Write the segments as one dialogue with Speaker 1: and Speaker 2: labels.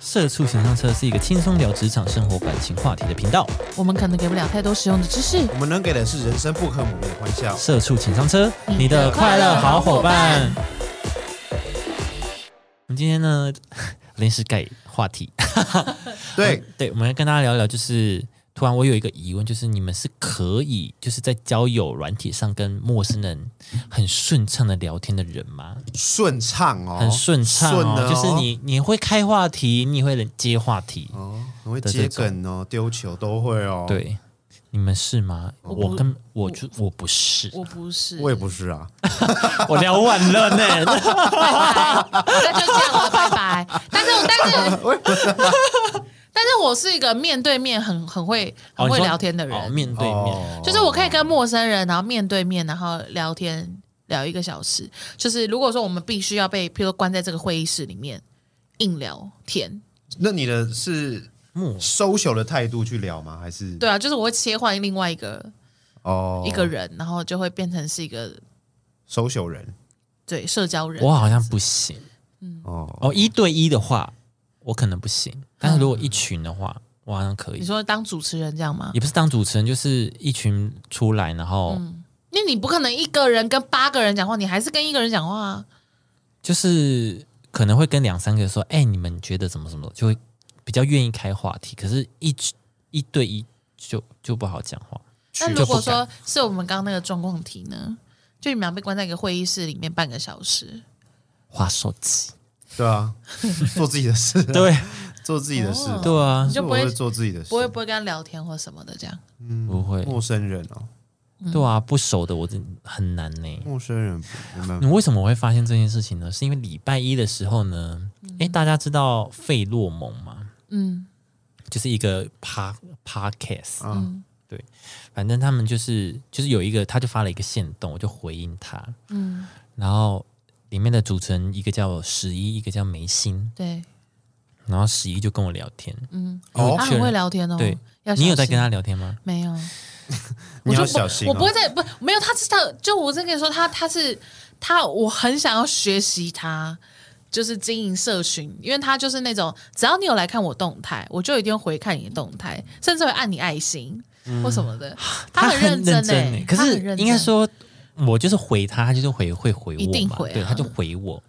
Speaker 1: 社畜想象车是一个轻松聊职场、生活、感情话题的频道。
Speaker 2: 我们可能给不了太多实用的知识。
Speaker 3: 我们能给的是人生不可磨灭的欢笑。
Speaker 1: 社畜请上车，你的快乐好伙伴。我们今天呢， 临时改话题。
Speaker 3: 对，
Speaker 1: 对，我们来跟大家聊一聊，就是突然我有一个疑问，就是你们是可以就是在交友软体上跟陌生人很顺畅的聊天的人吗？
Speaker 3: 顺畅哦，
Speaker 1: 很顺畅、
Speaker 3: 顺
Speaker 1: 哦，
Speaker 3: 的哦
Speaker 1: 就是你你会开话题，你会接话题，
Speaker 3: 哦，很会
Speaker 1: 的这
Speaker 3: 接
Speaker 1: 种
Speaker 3: 梗哦，丢球都会哦。，
Speaker 1: 对。你们是吗？
Speaker 2: 我
Speaker 1: 我
Speaker 2: 不
Speaker 1: 跟我就我不是，
Speaker 2: 我不是，
Speaker 3: 我也不是啊。
Speaker 1: 我聊完了 呢。
Speaker 2: 那就这样了，拜拜。但是，但是， 但是我是一个面对面很很会
Speaker 1: 哦
Speaker 2: 很
Speaker 1: 你
Speaker 2: 会
Speaker 1: 说
Speaker 2: 聊天的人，
Speaker 1: 哦，面对面，
Speaker 3: 哦
Speaker 2: 就是我可以跟陌生人，然后面对面，然后聊天聊一个小时。就是如果说我们必须要被，譬如说关在这个会议室里面硬聊天，
Speaker 3: 那你的是
Speaker 1: 陌
Speaker 3: 收球的态度去聊吗？还是
Speaker 2: 对啊，就是我会切换另外一个、
Speaker 3: 哦
Speaker 2: 一个人，然后就会变成是一个
Speaker 3: 收球人
Speaker 2: 对社交人。
Speaker 1: 我好像不行
Speaker 2: 嗯
Speaker 3: 哦？
Speaker 1: 哦。一对一的话，我可能不行，但是如果一群的话，我好像可
Speaker 2: 你
Speaker 1: 以。
Speaker 2: 说当主持人这样吗？
Speaker 1: 也不是当主持人，就是一群出来，然后
Speaker 2: 嗯因为你不可能一个人跟八个人讲话，你还是跟一个人讲话啊。
Speaker 1: 就是可能会跟两三个说，哎，你们觉得怎么怎么，就会比较愿意开话题。可是一群，一对一就就不好讲话。
Speaker 2: 那
Speaker 1: 就不
Speaker 2: 如果
Speaker 1: 敢
Speaker 2: 说是我们刚刚那个状况题呢？就你们俩被关在一个会议室里面半个小时，
Speaker 1: 划手机，
Speaker 3: 对啊，做自己的事，啊
Speaker 1: 对
Speaker 3: 做自己的事，
Speaker 2: 哦
Speaker 1: 对啊
Speaker 2: 你，就不
Speaker 3: 我
Speaker 2: 会
Speaker 3: 会做自己的事，
Speaker 2: 不会不会跟他聊天或什么的这样。
Speaker 1: 不会，
Speaker 3: 陌生人哦，
Speaker 2: 嗯
Speaker 1: 对啊，不熟的我真的很难呢。
Speaker 3: 陌生人我 们
Speaker 1: 你为什么会发现这件事情呢？是因为礼拜一的时候呢，哎、大家知道费洛蒙吗？
Speaker 2: 嗯，
Speaker 1: 就是一个 pa podcast，、
Speaker 3: 啊
Speaker 2: 嗯
Speaker 1: 反正他们就是就是有一个，他就发了一个线动，我就回应他，嗯，然后里面的主持人一个叫十一，一个叫梅心，
Speaker 2: 对，
Speaker 1: 然后十一就跟我聊天，嗯，
Speaker 3: 哦
Speaker 2: 他很会聊天哦。
Speaker 1: 对
Speaker 2: 要小
Speaker 1: 你有在
Speaker 2: 心
Speaker 1: 跟他聊天吗？
Speaker 2: 没有？
Speaker 3: 你
Speaker 2: 我
Speaker 3: 要
Speaker 2: 就不
Speaker 3: 小心哦，
Speaker 2: 我不会在不没有，他知道，就我在跟你说，他他是他，我很想要学习他，就是经营社群，因为他就是那种只要你有来看我动态，我就一定会回看你的动态，甚至会按你爱心、或什么 的。很
Speaker 1: 嗯很
Speaker 2: 真
Speaker 1: 真
Speaker 2: 欸
Speaker 1: 欸可
Speaker 2: 他很
Speaker 1: 是
Speaker 2: 认
Speaker 1: 应该
Speaker 2: 真
Speaker 1: 说，我就是回他，他就是回会回我嘛，
Speaker 2: 一定会啊
Speaker 1: 对，他就回我。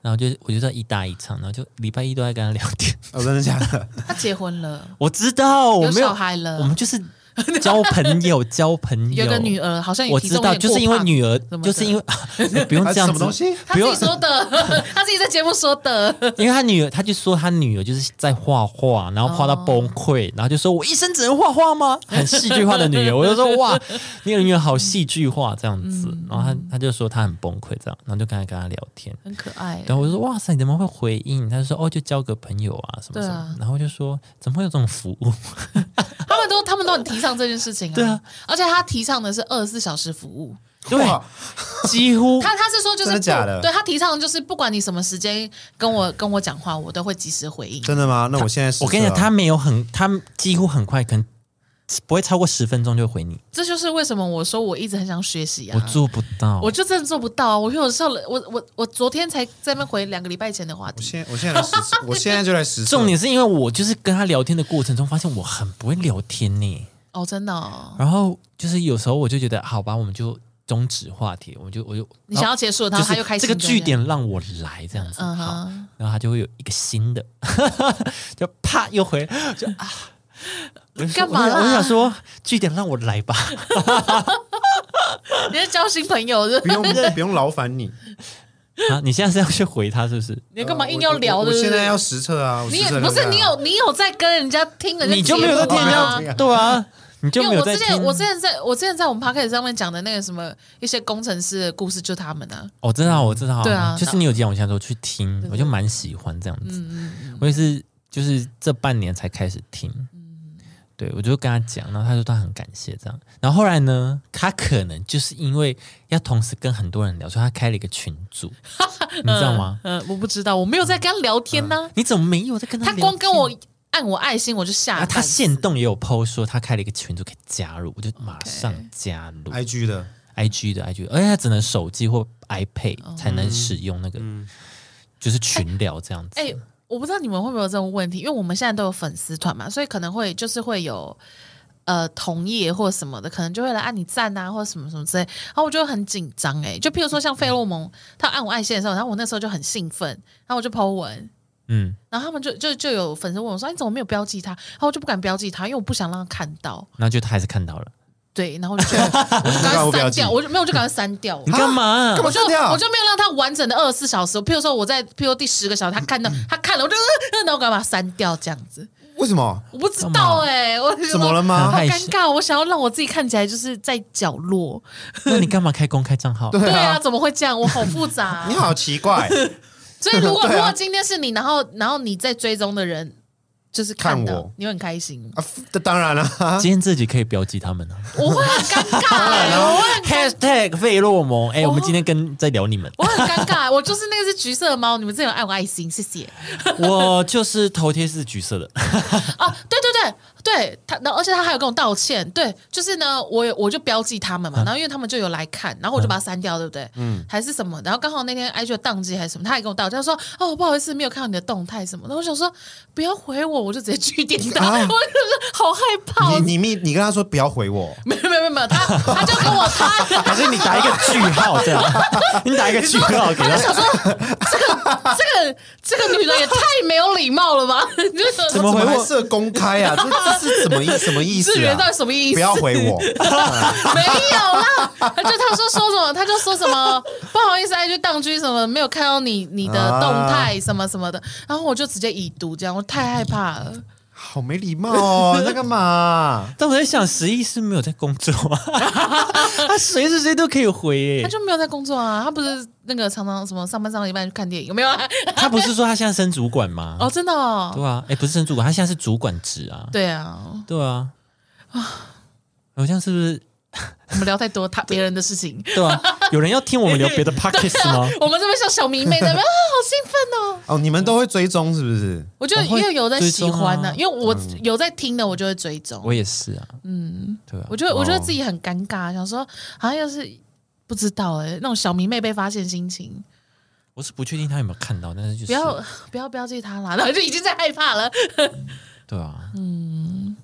Speaker 1: 然后就我就在一搭一唱，然后就礼拜一都在跟他聊天。
Speaker 3: 哦，真的假的？
Speaker 2: 他结婚了，
Speaker 1: 我知道，我
Speaker 2: 有
Speaker 1: 没有
Speaker 2: 小孩了
Speaker 1: 我们就是交朋友，交朋友。
Speaker 2: 有个女，儿，好像也
Speaker 1: 我
Speaker 2: 体
Speaker 1: 知
Speaker 2: 重
Speaker 1: 道，
Speaker 2: 有点
Speaker 1: 就是因为
Speaker 2: 过胖
Speaker 1: 女儿
Speaker 2: 怎，么
Speaker 1: 就是
Speaker 2: 的
Speaker 1: 因为 不用
Speaker 3: 还
Speaker 1: 这
Speaker 3: 是
Speaker 1: 样子，
Speaker 3: 啊什么东西？
Speaker 2: 他自己说的，他自己在节目说的。
Speaker 1: 因为他女儿，他就说他女儿就是在画画，然后画到崩溃，然后就说我一生只能画画吗？很戏剧化的女儿，我就说 哇，你的女儿好戏剧化这样子。然后他他就说他很崩溃这样，然后就跟他跟他聊天。
Speaker 2: 很可爱。
Speaker 1: 然后我就说哇塞，你怎么会回应？他就说哦，就交个朋友啊什么什么。
Speaker 2: 对啊
Speaker 1: 然后我就说怎么会有这种服务？
Speaker 2: 他们都他们都很提倡这件事情啊。
Speaker 1: 对啊，
Speaker 2: 而且他提倡的是二十四小时服务。
Speaker 1: 对，
Speaker 3: 哇
Speaker 1: 几乎
Speaker 2: 他他是说就是
Speaker 3: 真的假的
Speaker 2: 不对他提倡就是不管你什么时间跟我跟我讲话，我都会及时回
Speaker 1: 嗯
Speaker 2: 应。
Speaker 3: 真的吗？那我现在
Speaker 1: 我跟你讲，
Speaker 3: 试试啊
Speaker 1: 他没有很，他几乎很快，可能不会超过十分钟就回你。
Speaker 2: 这就是为什么我说我一直很想学习啊
Speaker 1: 我。做不到，
Speaker 2: 我就真的做不到啊！我因为我上了，我我我昨天才在那边回两个礼拜前的话
Speaker 3: 我
Speaker 2: 题，
Speaker 3: 现我现在来实测， 我现在就来实测。
Speaker 1: 重点是因为我就是跟他聊天的过程中，发现我很不会聊天呢。
Speaker 2: 哦，真的、哦，
Speaker 1: 然后就是有时候我就觉得，好吧，我们就终止话题，我们就我就
Speaker 2: 你想要结束了，
Speaker 1: 然
Speaker 2: 然
Speaker 1: 后
Speaker 2: 后他
Speaker 1: 就
Speaker 2: 又
Speaker 1: 是
Speaker 2: 开始
Speaker 1: 这个据，点让我来这样子，
Speaker 2: 嗯
Speaker 1: 好，
Speaker 2: 哼，
Speaker 1: 然后他就会有一个新的， 就啪又回就啊。我就说
Speaker 2: 干嘛啦
Speaker 1: 我就想说，据点让我来吧。
Speaker 2: 你在交新朋友，
Speaker 3: 不
Speaker 2: 就
Speaker 3: 用不用劳烦你，
Speaker 1: 啊，你现在是要去回他是不是？
Speaker 2: 你 干嘛
Speaker 1: 呃
Speaker 2: 硬要聊？
Speaker 3: 我我
Speaker 2: 对不
Speaker 3: 我
Speaker 2: 对
Speaker 3: 现在要实测啊！我
Speaker 2: 你
Speaker 3: 实测
Speaker 2: 也不
Speaker 3: 看看
Speaker 2: 是
Speaker 3: 啊
Speaker 2: 你有你有在跟人家听人家
Speaker 1: 你就没有在听人
Speaker 2: 节目啊
Speaker 1: 家，对啊，你就
Speaker 2: 因
Speaker 1: 没
Speaker 2: 为
Speaker 1: 有
Speaker 2: 我
Speaker 1: 在
Speaker 2: 之前
Speaker 1: 听。啊
Speaker 2: 我之前在我之前在我们 p o c a s t 上面讲的那个什么一些工程师的故事，就他们啊，
Speaker 1: 我知道，我知道，
Speaker 2: 对啊
Speaker 1: 就是你有讲，我想说去听，我就蛮喜欢这样
Speaker 2: 嗯
Speaker 1: 子。我也是，就是这半年才开始听。
Speaker 2: 嗯
Speaker 1: 对，我就跟他讲，然后他说他很感谢这样。然后后来呢，他可能就是因为要同时跟很多人聊，所以他开了一个群 组，你知道吗？
Speaker 2: 呃，我不知道，我没有在跟他聊天呢、
Speaker 1: 嗯你怎么没有在跟
Speaker 2: 他
Speaker 1: 聊天
Speaker 2: 光跟我按我爱心，我就吓、
Speaker 1: 啊，
Speaker 2: 了。
Speaker 1: 他现动也有 PO 说他开了一个群组可以加入，我就马上加入。
Speaker 3: IG 的
Speaker 1: I G 的 I G，而且它只能
Speaker 2: 哦
Speaker 1: 嗯手机或 iPad 才能使用那个，就是群聊这样子。
Speaker 2: 哎、我不知道你们会不会有这种问题，因为我们现在都有粉丝团嘛，所以可能会就是会有呃同业或什么的，可能就会来按你赞啊，或什么什么之类。然后我就很紧张哎、就譬如说像费洛蒙，他按我爱线的时候，然后我那时候就很兴奋，然后我就 Po 文，
Speaker 1: 嗯，
Speaker 2: 然后他们就就就有粉丝问我说：“哎你怎么没有标记他？”然后我就不敢标记他，因为我不想让他看到。
Speaker 1: 那就他还是看到了，
Speaker 2: 对，然后我就觉得我就赶
Speaker 3: 干嘛不
Speaker 2: 快
Speaker 3: 标
Speaker 2: 删
Speaker 3: 记
Speaker 2: 掉，我就 没有我就赶快删掉。
Speaker 1: 你干嘛、
Speaker 3: 干嘛
Speaker 2: 我就
Speaker 3: 删掉
Speaker 2: 我就没有让他完整的二十四小时。譬如说我在，譬如第十个小时，他看到他看了，我就呃，那我干嘛删掉这样子？
Speaker 3: 为什么？
Speaker 2: 我不知道哎、我
Speaker 3: 怎么了吗
Speaker 2: 好
Speaker 1: 害
Speaker 2: 尴
Speaker 1: 羞
Speaker 2: 尬，我想要让我自己看起来就是在角落。
Speaker 1: 那你干嘛开公开账号？
Speaker 3: 对
Speaker 2: 对啊，
Speaker 3: 啊，
Speaker 2: 怎么会这样？我好复杂、
Speaker 3: 你好奇怪，
Speaker 2: 所以如果、
Speaker 3: 对啊
Speaker 2: 如果今天是你，然后然后你在追踪的人就是看
Speaker 3: 看
Speaker 2: 到
Speaker 3: 我
Speaker 2: 你会很开心，
Speaker 3: 啊这当 然了，
Speaker 1: 今天这集可以标记他们啊。
Speaker 2: 我会很尴 尬、
Speaker 3: 啊
Speaker 2: 欸，我会很尴
Speaker 1: Hashtag 费洛蒙，哎、我
Speaker 2: 哦
Speaker 1: 们今天跟在聊你们，
Speaker 2: 我很尴尬，我就是那个是橘色的猫，你们真的有爱我爱心，谢谢。
Speaker 1: 我就是头贴是橘色的，
Speaker 2: 啊，对对对对，他，然后而且他还有跟我道歉，对，就是呢，我有我就标记他
Speaker 3: 嗯
Speaker 2: 们嘛，然后因为他们就有来看，然后我就把它删掉，对不对？嗯，还是什么？然后刚好那天 IG 的宕机还是什么，他也跟我道歉，他说哦不好意思，没有看到你的动态什么的。我想说不要回我，我就直接去点他，
Speaker 3: 啊
Speaker 2: 我就是好害怕。哦
Speaker 3: 你你密你跟他说不要回我，
Speaker 2: 没有没有没有没有，他他就跟我他
Speaker 1: 啊还是你打一个句号这样？ 你打一个句号给
Speaker 2: 他
Speaker 1: 他
Speaker 2: 就，想说这个这个这个女的也太没有礼貌了吧？ 就是
Speaker 1: 怎么回
Speaker 3: 还
Speaker 1: 我？
Speaker 3: 设公开啊？这这是怎么意 什么意
Speaker 2: 你
Speaker 3: 思
Speaker 2: 这人到
Speaker 3: 啊
Speaker 2: 底？什么意思？
Speaker 3: 不要回我，
Speaker 2: 没有啦，他就他说说什么，他就说什么不好意思，IG 当居什么没有看到你你的动态什么什么的，然后我就直接已读，这样我太害怕了。
Speaker 3: 好没礼貌哦！你在干嘛？
Speaker 1: 但我在想，十一是没有在工作啊， 他随时谁都可以回耶、
Speaker 2: 他就没有在工作啊，他不是那个常常什么上班上到一半去看电影，有没有啊？
Speaker 1: 他不是说他现在升主管吗？
Speaker 2: 哦，真的哦，
Speaker 1: 对啊，哎、不是升主管，他现在是主管职啊。
Speaker 2: 对啊，
Speaker 1: 对啊，好像是不是？
Speaker 2: 我们聊太多他别人的 事情，
Speaker 1: 对 啊，有人要听我们聊别的 podcast 吗？
Speaker 2: 我们这边像小迷妹在那边啊，好兴奋哦！
Speaker 3: 哦，你们都会追踪是不是？
Speaker 2: 我就因为有在喜欢呢、
Speaker 1: 哦我会追踪啊
Speaker 2: 因为我有在听 的，我就会追踪。
Speaker 1: 我也是啊，嗯，对啊
Speaker 2: 我，觉得我觉得自己很尴尬，想说好像又是不知道哎、那种小迷妹被发现心情，
Speaker 1: 我是不确定他有没有看到，但是就是
Speaker 2: 不要不要标记她啦， 然后就已经在害怕了。
Speaker 1: 对啊，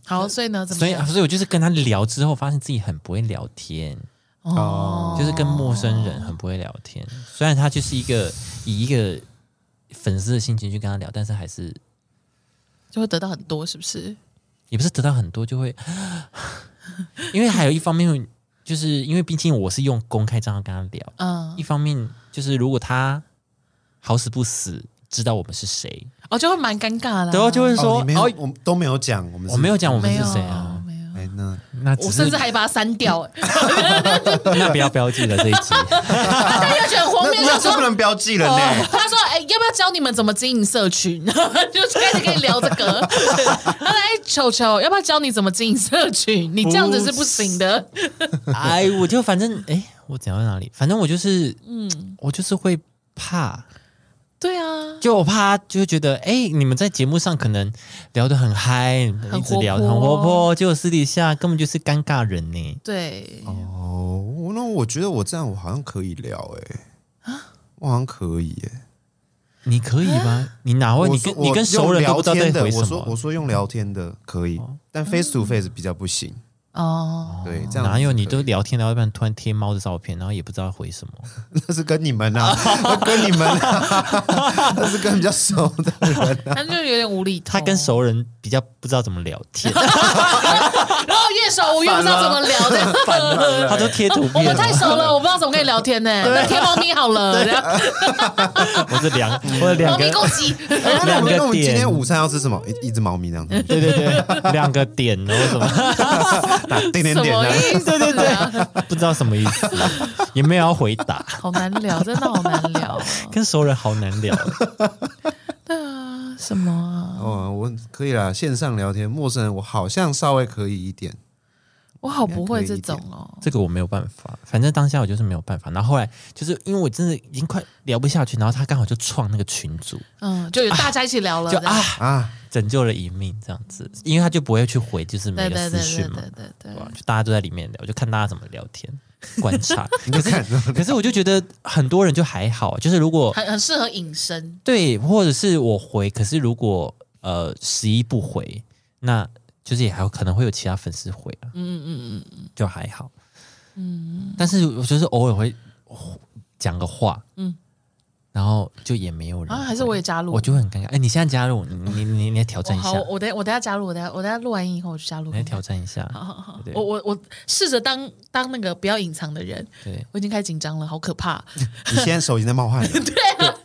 Speaker 2: 好，所以呢，嗯怎么
Speaker 1: 所以啊
Speaker 2: 样？
Speaker 1: 所以我就是跟他聊之后，发现自己很不会聊天，
Speaker 2: 哦，
Speaker 1: 就是跟陌生人很不会聊天。虽然他就是一个以一个粉丝的心情去跟他聊，但是还是
Speaker 2: 就会得到很多，是不是？
Speaker 1: 也不是得到很多，就会， 因为还有一方面，就是因为毕竟我是用公开账号跟他聊，
Speaker 2: 嗯
Speaker 1: 一，方面就是如果他好死不死知道我们是谁，
Speaker 2: 哦，就会蛮尴尬啦。
Speaker 1: 然后就会说
Speaker 3: 哦，你没有
Speaker 1: 哦，，
Speaker 3: 我们都没有讲，我们是
Speaker 1: 我没有。讲我们
Speaker 2: 没
Speaker 1: 是
Speaker 2: 有
Speaker 1: 谁啊，
Speaker 2: 没有，
Speaker 3: 哎，那
Speaker 1: 那只
Speaker 2: 我
Speaker 1: 是
Speaker 2: 甚至还把它删掉、 欸，
Speaker 1: 那不要标记了这一集， 啊
Speaker 2: 大家觉得很
Speaker 3: 那
Speaker 2: 荒谬，
Speaker 3: 那
Speaker 2: 想
Speaker 3: 就不
Speaker 2: 说。
Speaker 3: 能标记了呢。
Speaker 2: 他说：“哎、要不要教你们怎么经营社群？ 就是开始可以聊这 个。他说：‘哎、球球，要不要教你怎么经营社群？你这样子是不行的。’
Speaker 1: 哎，我就反正哎，我讲到哪里？反正我就是，嗯，我就是会怕，
Speaker 2: 对啊，
Speaker 1: 就我怕他就会觉得，哎、你们在节目上可能聊得很嗨，一直聊得
Speaker 2: 活
Speaker 1: 很
Speaker 2: 泼
Speaker 1: 活泼，结果私底下根本就是尴尬人呢。
Speaker 2: 对，
Speaker 3: 哦，那我觉得我这样我好像可以聊哎，我好像可以哎。
Speaker 1: 你可以吗？你哪会？你
Speaker 3: 我说
Speaker 1: 跟你跟熟人都不知道
Speaker 3: 我用
Speaker 1: 在
Speaker 3: 聊天的
Speaker 1: 回
Speaker 3: 我
Speaker 1: 什
Speaker 3: 说我
Speaker 1: 么？哦
Speaker 3: 说用聊天的可以，但 face to face 比较不行。
Speaker 2: 哦，
Speaker 3: 对，这样
Speaker 1: 哪有
Speaker 3: 子
Speaker 1: 你
Speaker 3: 可以
Speaker 1: 都聊天聊到一半，突然贴猫的照片，然后也不知道回什么？
Speaker 3: 那是跟你们啊，那跟你们啊， 那是跟比较熟的人。
Speaker 2: 他就有点无厘头。
Speaker 1: 他跟，熟人比较不知道怎么聊 天，
Speaker 2: 然后越哦熟我越不知道怎么聊的。
Speaker 1: 他都贴图
Speaker 2: 我
Speaker 1: 片
Speaker 2: 们。太熟了，我不知道怎么跟你聊天呢、那贴猫咪好了，这样
Speaker 1: 我是 两，嗯我是两
Speaker 2: 猫咪
Speaker 1: 个，
Speaker 2: 攻击。
Speaker 1: 两
Speaker 3: 那我们那
Speaker 1: 个
Speaker 3: 我们今天
Speaker 1: 点，
Speaker 3: 午餐要吃什么？一一只猫咪这样子，
Speaker 1: 对对对，两个点，然后什 么
Speaker 3: 打点点
Speaker 2: 什
Speaker 3: 点
Speaker 2: 么
Speaker 3: 啊。
Speaker 2: 意思、啊？对对对，
Speaker 1: 不知道什么意思，也没有要回答，
Speaker 2: 好难聊，真的好难 聊。哦
Speaker 1: 跟熟人好难聊。
Speaker 2: 对啊，什么啊？
Speaker 3: 哦，我可以啦，线上聊天，陌生人我好像稍微可以一点。
Speaker 2: 我好不会这种哦。
Speaker 1: 这个我没有办法，反正当下我就是没有办法。然后后来就是因为我真的已经快聊不下去，然后他刚好就创那个群组，
Speaker 2: 嗯，就有大家一起聊了，
Speaker 1: 就
Speaker 2: 这样
Speaker 1: 啊，
Speaker 3: 啊，
Speaker 1: 拯救了一命这样子，因为他就不会去回就是每
Speaker 2: 对
Speaker 1: 个
Speaker 2: 对
Speaker 1: 私
Speaker 2: 对对
Speaker 1: 讯嘛，
Speaker 2: 对对对
Speaker 1: 对吧？就大家都在里面聊，就看大家怎么聊天。 观察。
Speaker 3: 你就 看着
Speaker 1: 可是我就觉得很多人就还好，啊就是如果
Speaker 2: 很很适合隐身。
Speaker 1: 对，或者是我回，可是如果呃十一不回，那就是也还有可能会有其他粉丝回啊，
Speaker 2: 嗯嗯嗯
Speaker 1: 就还好。
Speaker 2: 嗯，
Speaker 1: 但是我就是偶尔会讲个话，嗯
Speaker 2: 嗯，
Speaker 1: 然后就也没有人
Speaker 2: 然
Speaker 1: 回，
Speaker 2: 啊后还是我也加入，
Speaker 1: 我就会很尴尬。哎，你现在加入，你你你你来挑战
Speaker 2: 我
Speaker 1: 一
Speaker 2: 好，
Speaker 1: 下
Speaker 2: 我，我等下我等下加入，我等下我等下录完音以后我就加
Speaker 1: 你。
Speaker 2: 入
Speaker 1: 来挑战一下，
Speaker 2: 好好好
Speaker 1: 对，
Speaker 2: 我我我试着当当那个不要隐藏的人，
Speaker 1: 对，
Speaker 2: 我已经开始紧张了，好可怕。
Speaker 3: 你现在手已经在冒汗了，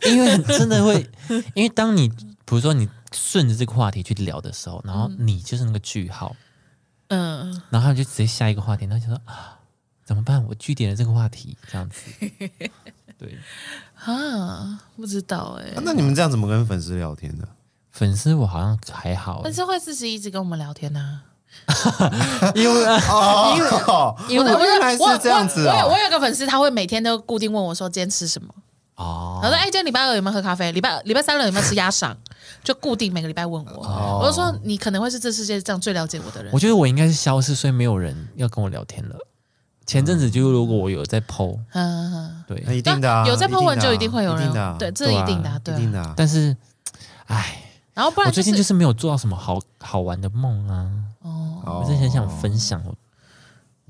Speaker 1: 因为真的会， 因为当你比如说你顺着这个话题去聊的时候，然后你就是那个句号，
Speaker 2: 嗯，
Speaker 1: 然后他们就直接下一个话题，然后就说啊怎么办？我据点了这个话题，这样 子，对，
Speaker 2: 啊，不知道哎、
Speaker 3: 啊那你们这样怎么跟粉丝聊天呢？
Speaker 1: 粉丝我好像还
Speaker 3: 哦
Speaker 1: 好
Speaker 2: 但，是会自己一直跟我们聊天啊呐、
Speaker 1: 因为
Speaker 3: 哦，
Speaker 2: 因为
Speaker 3: 哦原来是
Speaker 2: 我
Speaker 3: 这样子
Speaker 2: 我有
Speaker 3: 哦
Speaker 2: 我。有个粉丝，他会每天都固定问我说今天吃什么，他
Speaker 1: 哦
Speaker 2: 说哎、今天礼拜二有没有喝咖啡？礼拜礼拜三了有没有吃鸭 肠？就固定每个礼拜问我。
Speaker 3: 哦
Speaker 2: 我就说你可能会是这世界上最了解我的人
Speaker 1: 我。觉得我应该是消失，所以没有人要跟我聊天了。前阵子就如果我有在剖，
Speaker 2: 嗯，嗯
Speaker 1: 对
Speaker 3: 那，一定的啊，
Speaker 2: 有在 po 文就
Speaker 3: 一
Speaker 2: 一定会有人
Speaker 3: 定的啊
Speaker 2: 对这
Speaker 1: 一
Speaker 2: 一
Speaker 1: 定
Speaker 2: 定
Speaker 1: 的
Speaker 2: 的
Speaker 1: 啊
Speaker 2: 啊对
Speaker 3: 一
Speaker 2: 啊
Speaker 3: 定的啊。
Speaker 1: 但是，哎，
Speaker 2: 然后不
Speaker 1: 我
Speaker 2: 然
Speaker 1: 最近
Speaker 2: 就
Speaker 1: 就是是没有做到什么好好玩的梦啊。
Speaker 2: 哦，
Speaker 3: 哦
Speaker 1: 我真的很想分享，我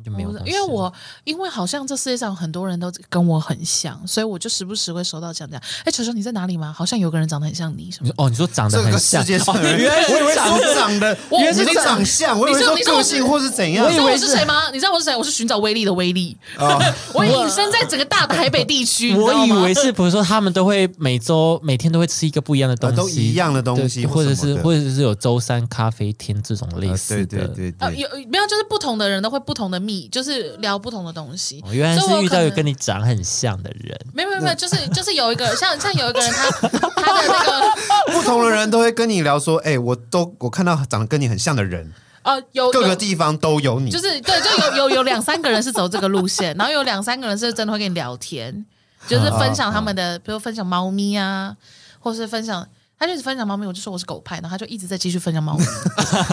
Speaker 1: 就没有
Speaker 2: 我
Speaker 1: 东西
Speaker 2: 因为我因为好像这世界上很多人都跟我很像，所以我就时不时会收到这样这样。哎，球球你在哪里吗？好像有个人长得很像你什
Speaker 1: 你
Speaker 2: 么
Speaker 1: 说哦，你说长得
Speaker 3: 这
Speaker 1: 很
Speaker 3: 个
Speaker 1: 像，
Speaker 3: 世界上
Speaker 1: 哦
Speaker 3: 的人，
Speaker 1: 原来
Speaker 3: 我以为
Speaker 1: 是长
Speaker 3: 说长得，
Speaker 2: 我
Speaker 3: 我以为
Speaker 2: 你
Speaker 3: 说
Speaker 2: 说
Speaker 3: 长相，我以为
Speaker 2: 你说
Speaker 3: 说
Speaker 2: 你说
Speaker 3: 个
Speaker 2: 我
Speaker 3: 性或是怎样
Speaker 1: 我
Speaker 2: 你
Speaker 1: 以
Speaker 2: 知道
Speaker 1: 为
Speaker 2: 我是
Speaker 1: 是哦
Speaker 2: 谁吗？你知道我是谁？我是寻找威力的威力，
Speaker 3: 啊？
Speaker 2: 我隐身在整个大台北地区。 你知道
Speaker 1: 我
Speaker 2: 吗
Speaker 1: 以为是，比如说他们都会每周每天都会吃一个不一样的东西，
Speaker 3: 啊都一样的东西
Speaker 1: 对
Speaker 3: 或
Speaker 1: 或者
Speaker 3: 什么
Speaker 1: 是
Speaker 3: 的
Speaker 1: 或者是有周三咖啡厅这种类
Speaker 3: 啊
Speaker 1: 似的。
Speaker 3: 对对对
Speaker 2: 呃
Speaker 3: 对，
Speaker 2: 有没有就是不同的人都会不同的密，就是聊不同的东西。
Speaker 1: 哦原来
Speaker 2: 所以我
Speaker 1: 是遇
Speaker 2: 可
Speaker 1: 到
Speaker 2: 能
Speaker 1: 有跟你嗯长很像的人，
Speaker 2: 没有没有没有，就是就是有一个像像有一个人他他的那个
Speaker 3: 不同的人都会跟你聊说，哎，我都我看到长得跟你很像的人，
Speaker 2: 呃 有
Speaker 3: 各个
Speaker 2: 有
Speaker 3: 地方都有你
Speaker 2: 就。是对，就有有有两三个人是走这个路线，然后有两三个人是真的会跟你聊天，就是分享他们的，比如分享猫咪啊，或是分享。他就一直分享猫咪，我就说我是狗派，然后他就一直在继续分享猫咪。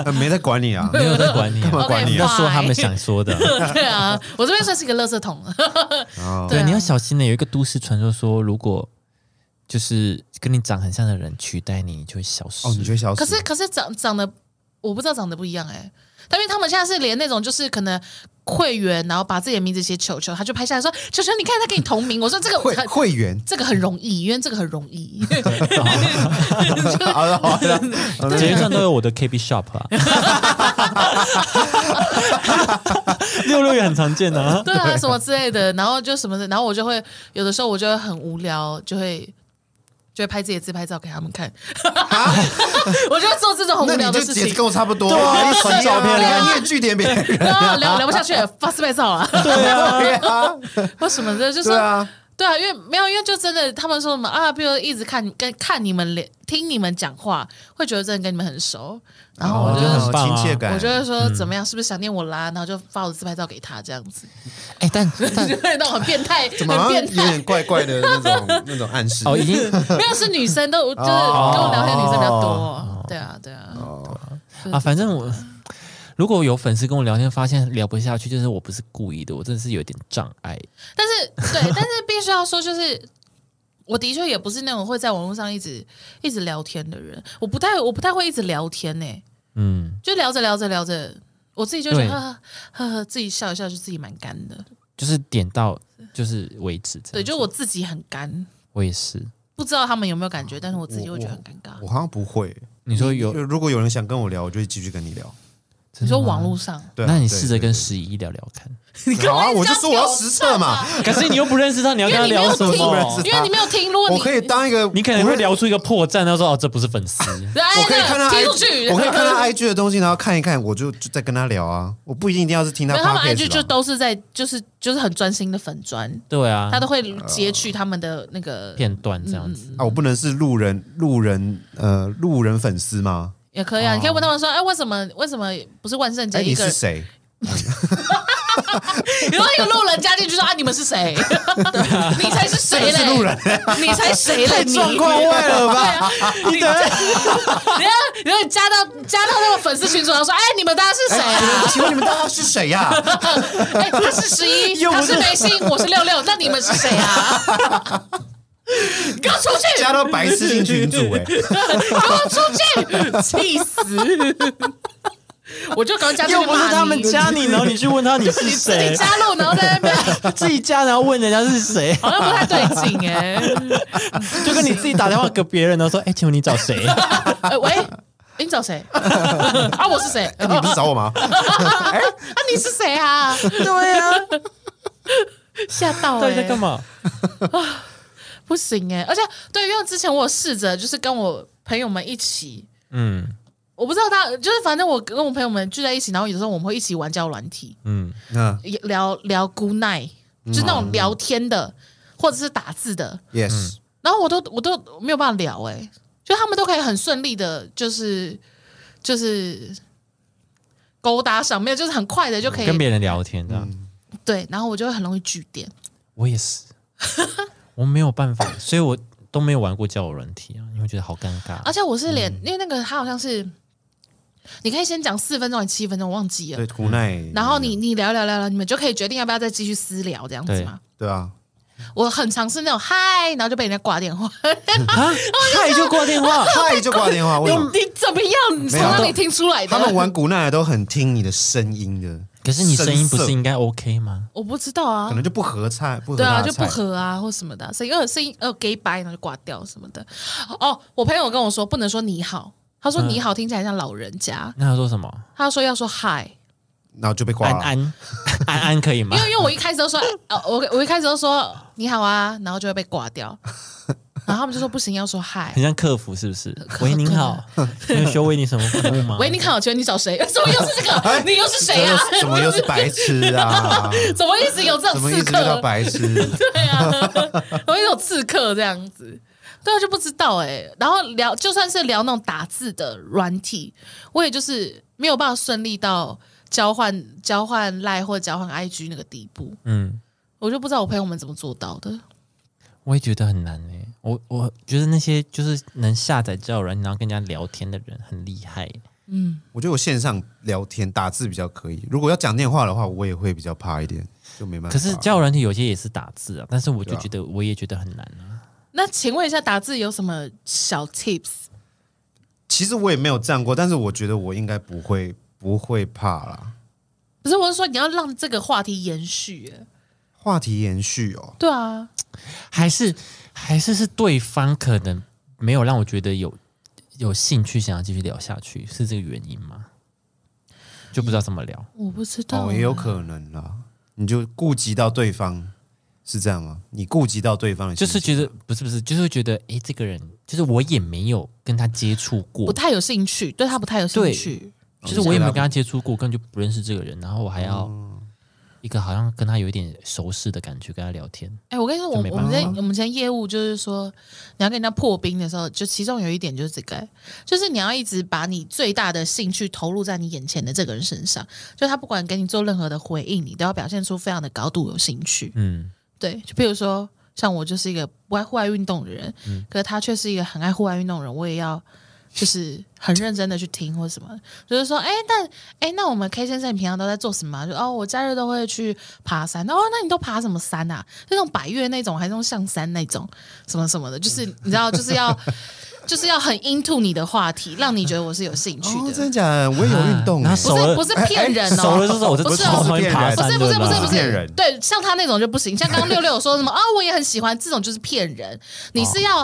Speaker 3: 呃没在管你 啊。
Speaker 1: 没有在管你、
Speaker 3: 干嘛
Speaker 1: 啊，
Speaker 3: 管你
Speaker 1: 你
Speaker 3: 啊
Speaker 1: 要说他们想说 的。
Speaker 2: 对啊，我这边算是一个垃圾桶。
Speaker 3: 哦
Speaker 1: 对，
Speaker 2: 对啊
Speaker 1: 你要小心的。有一个都市传说说，如果就是跟你长很像的人取代你，你就会消失。
Speaker 3: 哦，你觉得小
Speaker 2: 可是可是长长得我不知道长得不一样哎、但因为他们现在是连那种就是可能会员，然后把自己的名字写球球，他就拍下来说球球，你看他跟你同名。我说这个
Speaker 3: 会
Speaker 2: 很
Speaker 3: 会员？
Speaker 2: 这个很容易，因为这个很容 易。
Speaker 3: 好了好了，啊
Speaker 1: 捷运上都有我的 KB Shop 啊， 六六也很常见 啊。
Speaker 2: 对啊，什么之类的，然后就什么的，然后我就会有的时候我就会很无聊，就会就会拍自己的自拍照给他们看， 我就会做这种很
Speaker 3: 那
Speaker 2: 无
Speaker 3: 你
Speaker 2: 聊的
Speaker 3: 就
Speaker 2: 事
Speaker 3: 也是
Speaker 2: 情
Speaker 3: 跟，我差不多，
Speaker 1: 对啊
Speaker 3: 一起
Speaker 1: 传照片
Speaker 3: 你看你也据点别人，
Speaker 2: 然后啊聊聊不下去了，发自拍照 啊，
Speaker 3: 对啊，
Speaker 2: 或什么的，就是
Speaker 3: 对啊，
Speaker 2: 对啊，因为没有，因为就真的他们说什么啊，比如一直看跟看你们脸，听你们讲话，会觉得真的跟你们很熟，然后我就。
Speaker 1: 觉得很棒啊
Speaker 3: 亲切哦感，嗯
Speaker 2: 我就会说怎么样，是不是想念我啦？然后就发我的自拍照给他，这样 子，
Speaker 1: 哎、但但
Speaker 2: 就会那种很变态，
Speaker 3: 怎么
Speaker 2: 很
Speaker 3: 好像
Speaker 2: 变
Speaker 3: 有
Speaker 2: 态。
Speaker 3: 点怪怪的那种那种暗示
Speaker 1: 哦，已经
Speaker 2: 没有是女生都就是跟我聊天的女生比较多，对啊对啊，
Speaker 1: 啊，反正我如果有粉丝跟我聊天，发现聊不下去，就是我不是故意的，我真的是有点障碍。
Speaker 2: 但是对， 但是必须要说，就是我的确也不是那种会在网络上一直一直聊天的人，我不太我不太会一直聊天呢、
Speaker 1: 嗯，
Speaker 2: 就聊着聊着聊着，我自己就觉
Speaker 1: 对
Speaker 2: 得呵呵呵，自己笑一笑就自己蛮干的，
Speaker 1: 就是点到就是为止这样。
Speaker 2: 对，就我自己很干，
Speaker 1: 我也是。
Speaker 2: 不知道他们有没有感觉，但是我自己会觉得很尴尬。
Speaker 3: 我好像不会。
Speaker 1: 你说有，
Speaker 3: 就如果有人想跟我聊，我就会继续跟你聊。
Speaker 2: 你说网络上，
Speaker 3: 对啊，
Speaker 1: 那你试着
Speaker 3: 对
Speaker 1: 跟十一聊聊看。
Speaker 2: 你
Speaker 3: 对对
Speaker 2: 干
Speaker 3: 好
Speaker 2: 嘛
Speaker 3: 啊，
Speaker 2: 一直
Speaker 3: 我就
Speaker 2: 要
Speaker 3: 说我要
Speaker 2: 挑
Speaker 3: 实
Speaker 2: 战
Speaker 3: 测嘛，
Speaker 1: 可是你又不认识他，你要
Speaker 2: 因
Speaker 1: 跟他
Speaker 2: 为你没
Speaker 1: 聊
Speaker 2: 有
Speaker 1: 什
Speaker 2: 听，
Speaker 1: 么？
Speaker 2: 因为你没有听，如果你
Speaker 3: 我可以当一个，
Speaker 1: 你可能
Speaker 3: 我
Speaker 1: 会。聊出一个破绽，他说：“哦，这不是粉丝。
Speaker 2: 对
Speaker 3: 我可以看他
Speaker 2: 踢
Speaker 3: I，
Speaker 2: 出去，
Speaker 3: 我可以看他 IG 的东西，然后看一看，我就就再跟他聊啊。我不一定一定要是听他
Speaker 2: 没有，他们
Speaker 3: podcast 啊啦
Speaker 2: IG 就都是在就是就是很专心的粉砖”，
Speaker 1: 对啊，
Speaker 2: 他都会截取他们的那个
Speaker 1: 片段这样子。
Speaker 3: 啊，我不能是路人路人呃路人粉丝吗？
Speaker 2: 也可以
Speaker 1: 哦
Speaker 2: 啊。你可以问他们说，哎，为什么为什么不是万圣
Speaker 3: 哎，
Speaker 2: 节
Speaker 3: 你
Speaker 2: 一个
Speaker 3: 是
Speaker 2: 人？
Speaker 3: 谁？
Speaker 2: 然后一个路人加进去说啊，你们是 谁？你才是谁嘞？
Speaker 3: 这个是路人，
Speaker 2: 你才谁嘞？你
Speaker 1: 状况外了吧
Speaker 2: 对啊你这 你要你要加到到加到那个粉丝群组，然后说：“哎，你们大家是谁啊？
Speaker 3: 哎请问你们大家是谁 啊呀、
Speaker 2: 哎，他是十一，
Speaker 3: 又不
Speaker 2: 他
Speaker 3: 是
Speaker 2: 是梅心，我是六六，那你们是谁 啊？你给我出去！
Speaker 3: 加到白痴性群主哎、
Speaker 2: 给我出去！气死！我就刚加进
Speaker 1: 又
Speaker 2: 去
Speaker 1: 不是
Speaker 2: 骂
Speaker 1: 他们
Speaker 2: 你
Speaker 1: 加 你，然后你去问他你是
Speaker 2: 自己
Speaker 1: 谁，
Speaker 2: 加入，然后在那边
Speaker 1: 自己加然后问人家是 谁，
Speaker 2: 好像不太对劲哎、
Speaker 1: 就跟你自己打电话给别人，然后说：“哎、请问你找谁
Speaker 2: 哎喂，你 找谁？啊，我是谁？
Speaker 3: 哎你不是找我吗？
Speaker 2: 啊，你是谁啊？？”
Speaker 1: 对呀、啊，
Speaker 2: 吓到、欸！
Speaker 1: 到底在干嘛？
Speaker 2: 不行哎、而且对，因为之前我有试着就是跟我朋友们一起，
Speaker 1: 嗯
Speaker 2: 我不知道大家就是反正我跟我朋友们聚在一起，然后有时候我们会一起玩交友软体，
Speaker 1: 嗯，
Speaker 3: 嗯
Speaker 2: 也聊聊 good night，就是那种聊天的、或者是打字的，
Speaker 3: ，yes，
Speaker 2: 然后我都我都没有办法聊哎、就他们都可以很顺利的，就是就是勾搭上，没有就是很快的就可以
Speaker 1: 跟别人聊天这样，
Speaker 2: 对，然后我就会很容易拒点。
Speaker 3: 嗯
Speaker 1: 我也 是，我没有办法，所以我都没有玩过交友软体啊，因为觉得好尴尬。
Speaker 2: 而且我是连，因为那个他好像是，你可以先讲四分钟还是七分钟，我忘记了
Speaker 3: 对，。无奈。
Speaker 2: 嗯然后你你聊聊聊聊，你们就可以决定要不要再继续私聊这样子
Speaker 1: 对
Speaker 2: 嘛。
Speaker 3: 对啊，
Speaker 2: 我很尝试那种嗨，然后就被人家挂电话。哦
Speaker 1: 啊，嗨就挂电 话，
Speaker 3: 嗨就挂电话，为什么？
Speaker 2: 你怎么样？你从哪里听出来
Speaker 3: 他们
Speaker 2: 的？
Speaker 3: 玩古奈的都很听你的声音的，
Speaker 1: 可是你声音不
Speaker 3: 声
Speaker 1: 是
Speaker 3: 色
Speaker 1: 应该 OK 吗？
Speaker 2: 我不知道
Speaker 3: 可
Speaker 2: 啊。
Speaker 3: 能就不合菜，不合
Speaker 2: 对啊，
Speaker 3: 他的
Speaker 2: 就不
Speaker 3: 菜。
Speaker 2: 合啊，或什么的啊，声音呃声音呃 gay 掰，然后就挂掉什么的。哦，我朋友跟我说不能说你好，他
Speaker 3: 嗯
Speaker 2: 说你好听起来像老人家，
Speaker 1: 那他说什么？
Speaker 2: 他说要说嗨，
Speaker 3: 然后就被挂
Speaker 1: 安
Speaker 3: 了。
Speaker 1: 安 安安可以吗
Speaker 2: 因？为因为我一开始都说， 呃，我我一开始都说你好啊，然后就会被挂掉， 然后他们就说不行，要说嗨
Speaker 1: 很。像客服是不 是？喂，您好，你有需要为你什么服务吗？
Speaker 2: 喂，你好，请问你找谁？ 怎么又是这
Speaker 3: 哎
Speaker 2: 个？你又是谁啊？
Speaker 3: 怎么又是白痴 啊？
Speaker 2: 怎么一直有这
Speaker 3: 怎
Speaker 2: 种
Speaker 3: 么一
Speaker 2: 刺
Speaker 3: 直遇到
Speaker 2: 客？
Speaker 3: 白痴？
Speaker 2: 对啊，怎么一直有刺客这样子？对啊，就不知道哎、然后聊，就算是聊那种打字的软体，我也就是没有办法顺利到交换交换赖或交换 IG 那个地步，
Speaker 1: 嗯，
Speaker 2: 我就不知道我朋友们怎么做到的。
Speaker 1: 我也觉得很难诶、欸我我觉得那些就是能下载交友软件然后跟人家聊天的人很厉害、欸
Speaker 3: 我觉得我线上聊天打字比较可以，如果要讲电话的话，我也会比较怕一点，就没办
Speaker 1: 可
Speaker 3: 法。
Speaker 1: 是交友软体有些也是打字啊，但是我就觉得我也觉得很难啊。
Speaker 2: 那请问一下，打字有什么小 tips？
Speaker 3: 其实我也没有站过，但是我觉得我应该不会不会怕啦。
Speaker 2: 不是，我是说你要让这个话题延续。哎
Speaker 3: 话题延续哦，
Speaker 2: 对啊，
Speaker 1: 还是还是是对方可能没有让我觉得有有兴趣想要继续聊下去，是这个原因吗？就不知道怎么聊。
Speaker 2: 我不知道、
Speaker 3: 哦也有可能啦。你就顾及到对方是这样吗？你顾及到对方的
Speaker 1: 就
Speaker 3: 心
Speaker 1: 是
Speaker 3: 情，
Speaker 1: 觉得不是不是，就是觉得诶，这个人就是我也没有跟他接触
Speaker 2: 不
Speaker 1: 过，
Speaker 2: 太有兴趣，对他不太有兴趣。
Speaker 1: 就是我也没有跟他接触过，根本就不认识这个人，然后我还要一个好像跟他有一点熟识的感觉跟他聊天，
Speaker 2: 哎、我跟你说，我
Speaker 1: 就没
Speaker 2: 我
Speaker 1: 办
Speaker 2: 们
Speaker 1: 法
Speaker 2: 在我们前业务就是说，你要跟人家破冰的时候，就其中有一点就是这个，就是你要一直把你最大的兴趣投入在你眼前的这个人身上，就他不管给你做任何的回应，你都要表现出非常的高度有兴趣。
Speaker 1: 嗯，
Speaker 2: 对，就比如说像我就是一个不爱户外运动的人，
Speaker 1: 嗯
Speaker 2: 可是他却是一个很爱户外运动的人，我也要就是很认真的去听或什么，就是说，哎，那哎，那我们 K 先生你平常都在做什么啊、就哦，我假日都会去爬山。哦，那你都爬什么山啊？就那种百越那种，还是那种象山那种，什么什么的，就是
Speaker 1: 嗯
Speaker 2: 你知道，就是 要就是要很 into 你的话题，让你觉得我是有兴趣
Speaker 3: 哦，
Speaker 2: 的。
Speaker 3: 真的假的？我也有运
Speaker 1: 啊
Speaker 3: 动、
Speaker 1: 那
Speaker 3: 欸，
Speaker 1: 手
Speaker 2: 不
Speaker 1: 熟了
Speaker 2: 是不是骗人哦，
Speaker 1: 嗯熟了之后我就
Speaker 2: 不是
Speaker 1: 超
Speaker 2: 哦
Speaker 1: 讨厌爬
Speaker 2: 不
Speaker 1: 山
Speaker 2: 是
Speaker 1: 的
Speaker 2: 不是不
Speaker 1: 啦
Speaker 2: 是不
Speaker 3: 骗
Speaker 2: 是
Speaker 3: 人，
Speaker 2: 对，像他那种就不行。像 刚刚六六说什么啊，我也很喜欢，这种就是骗人。你是要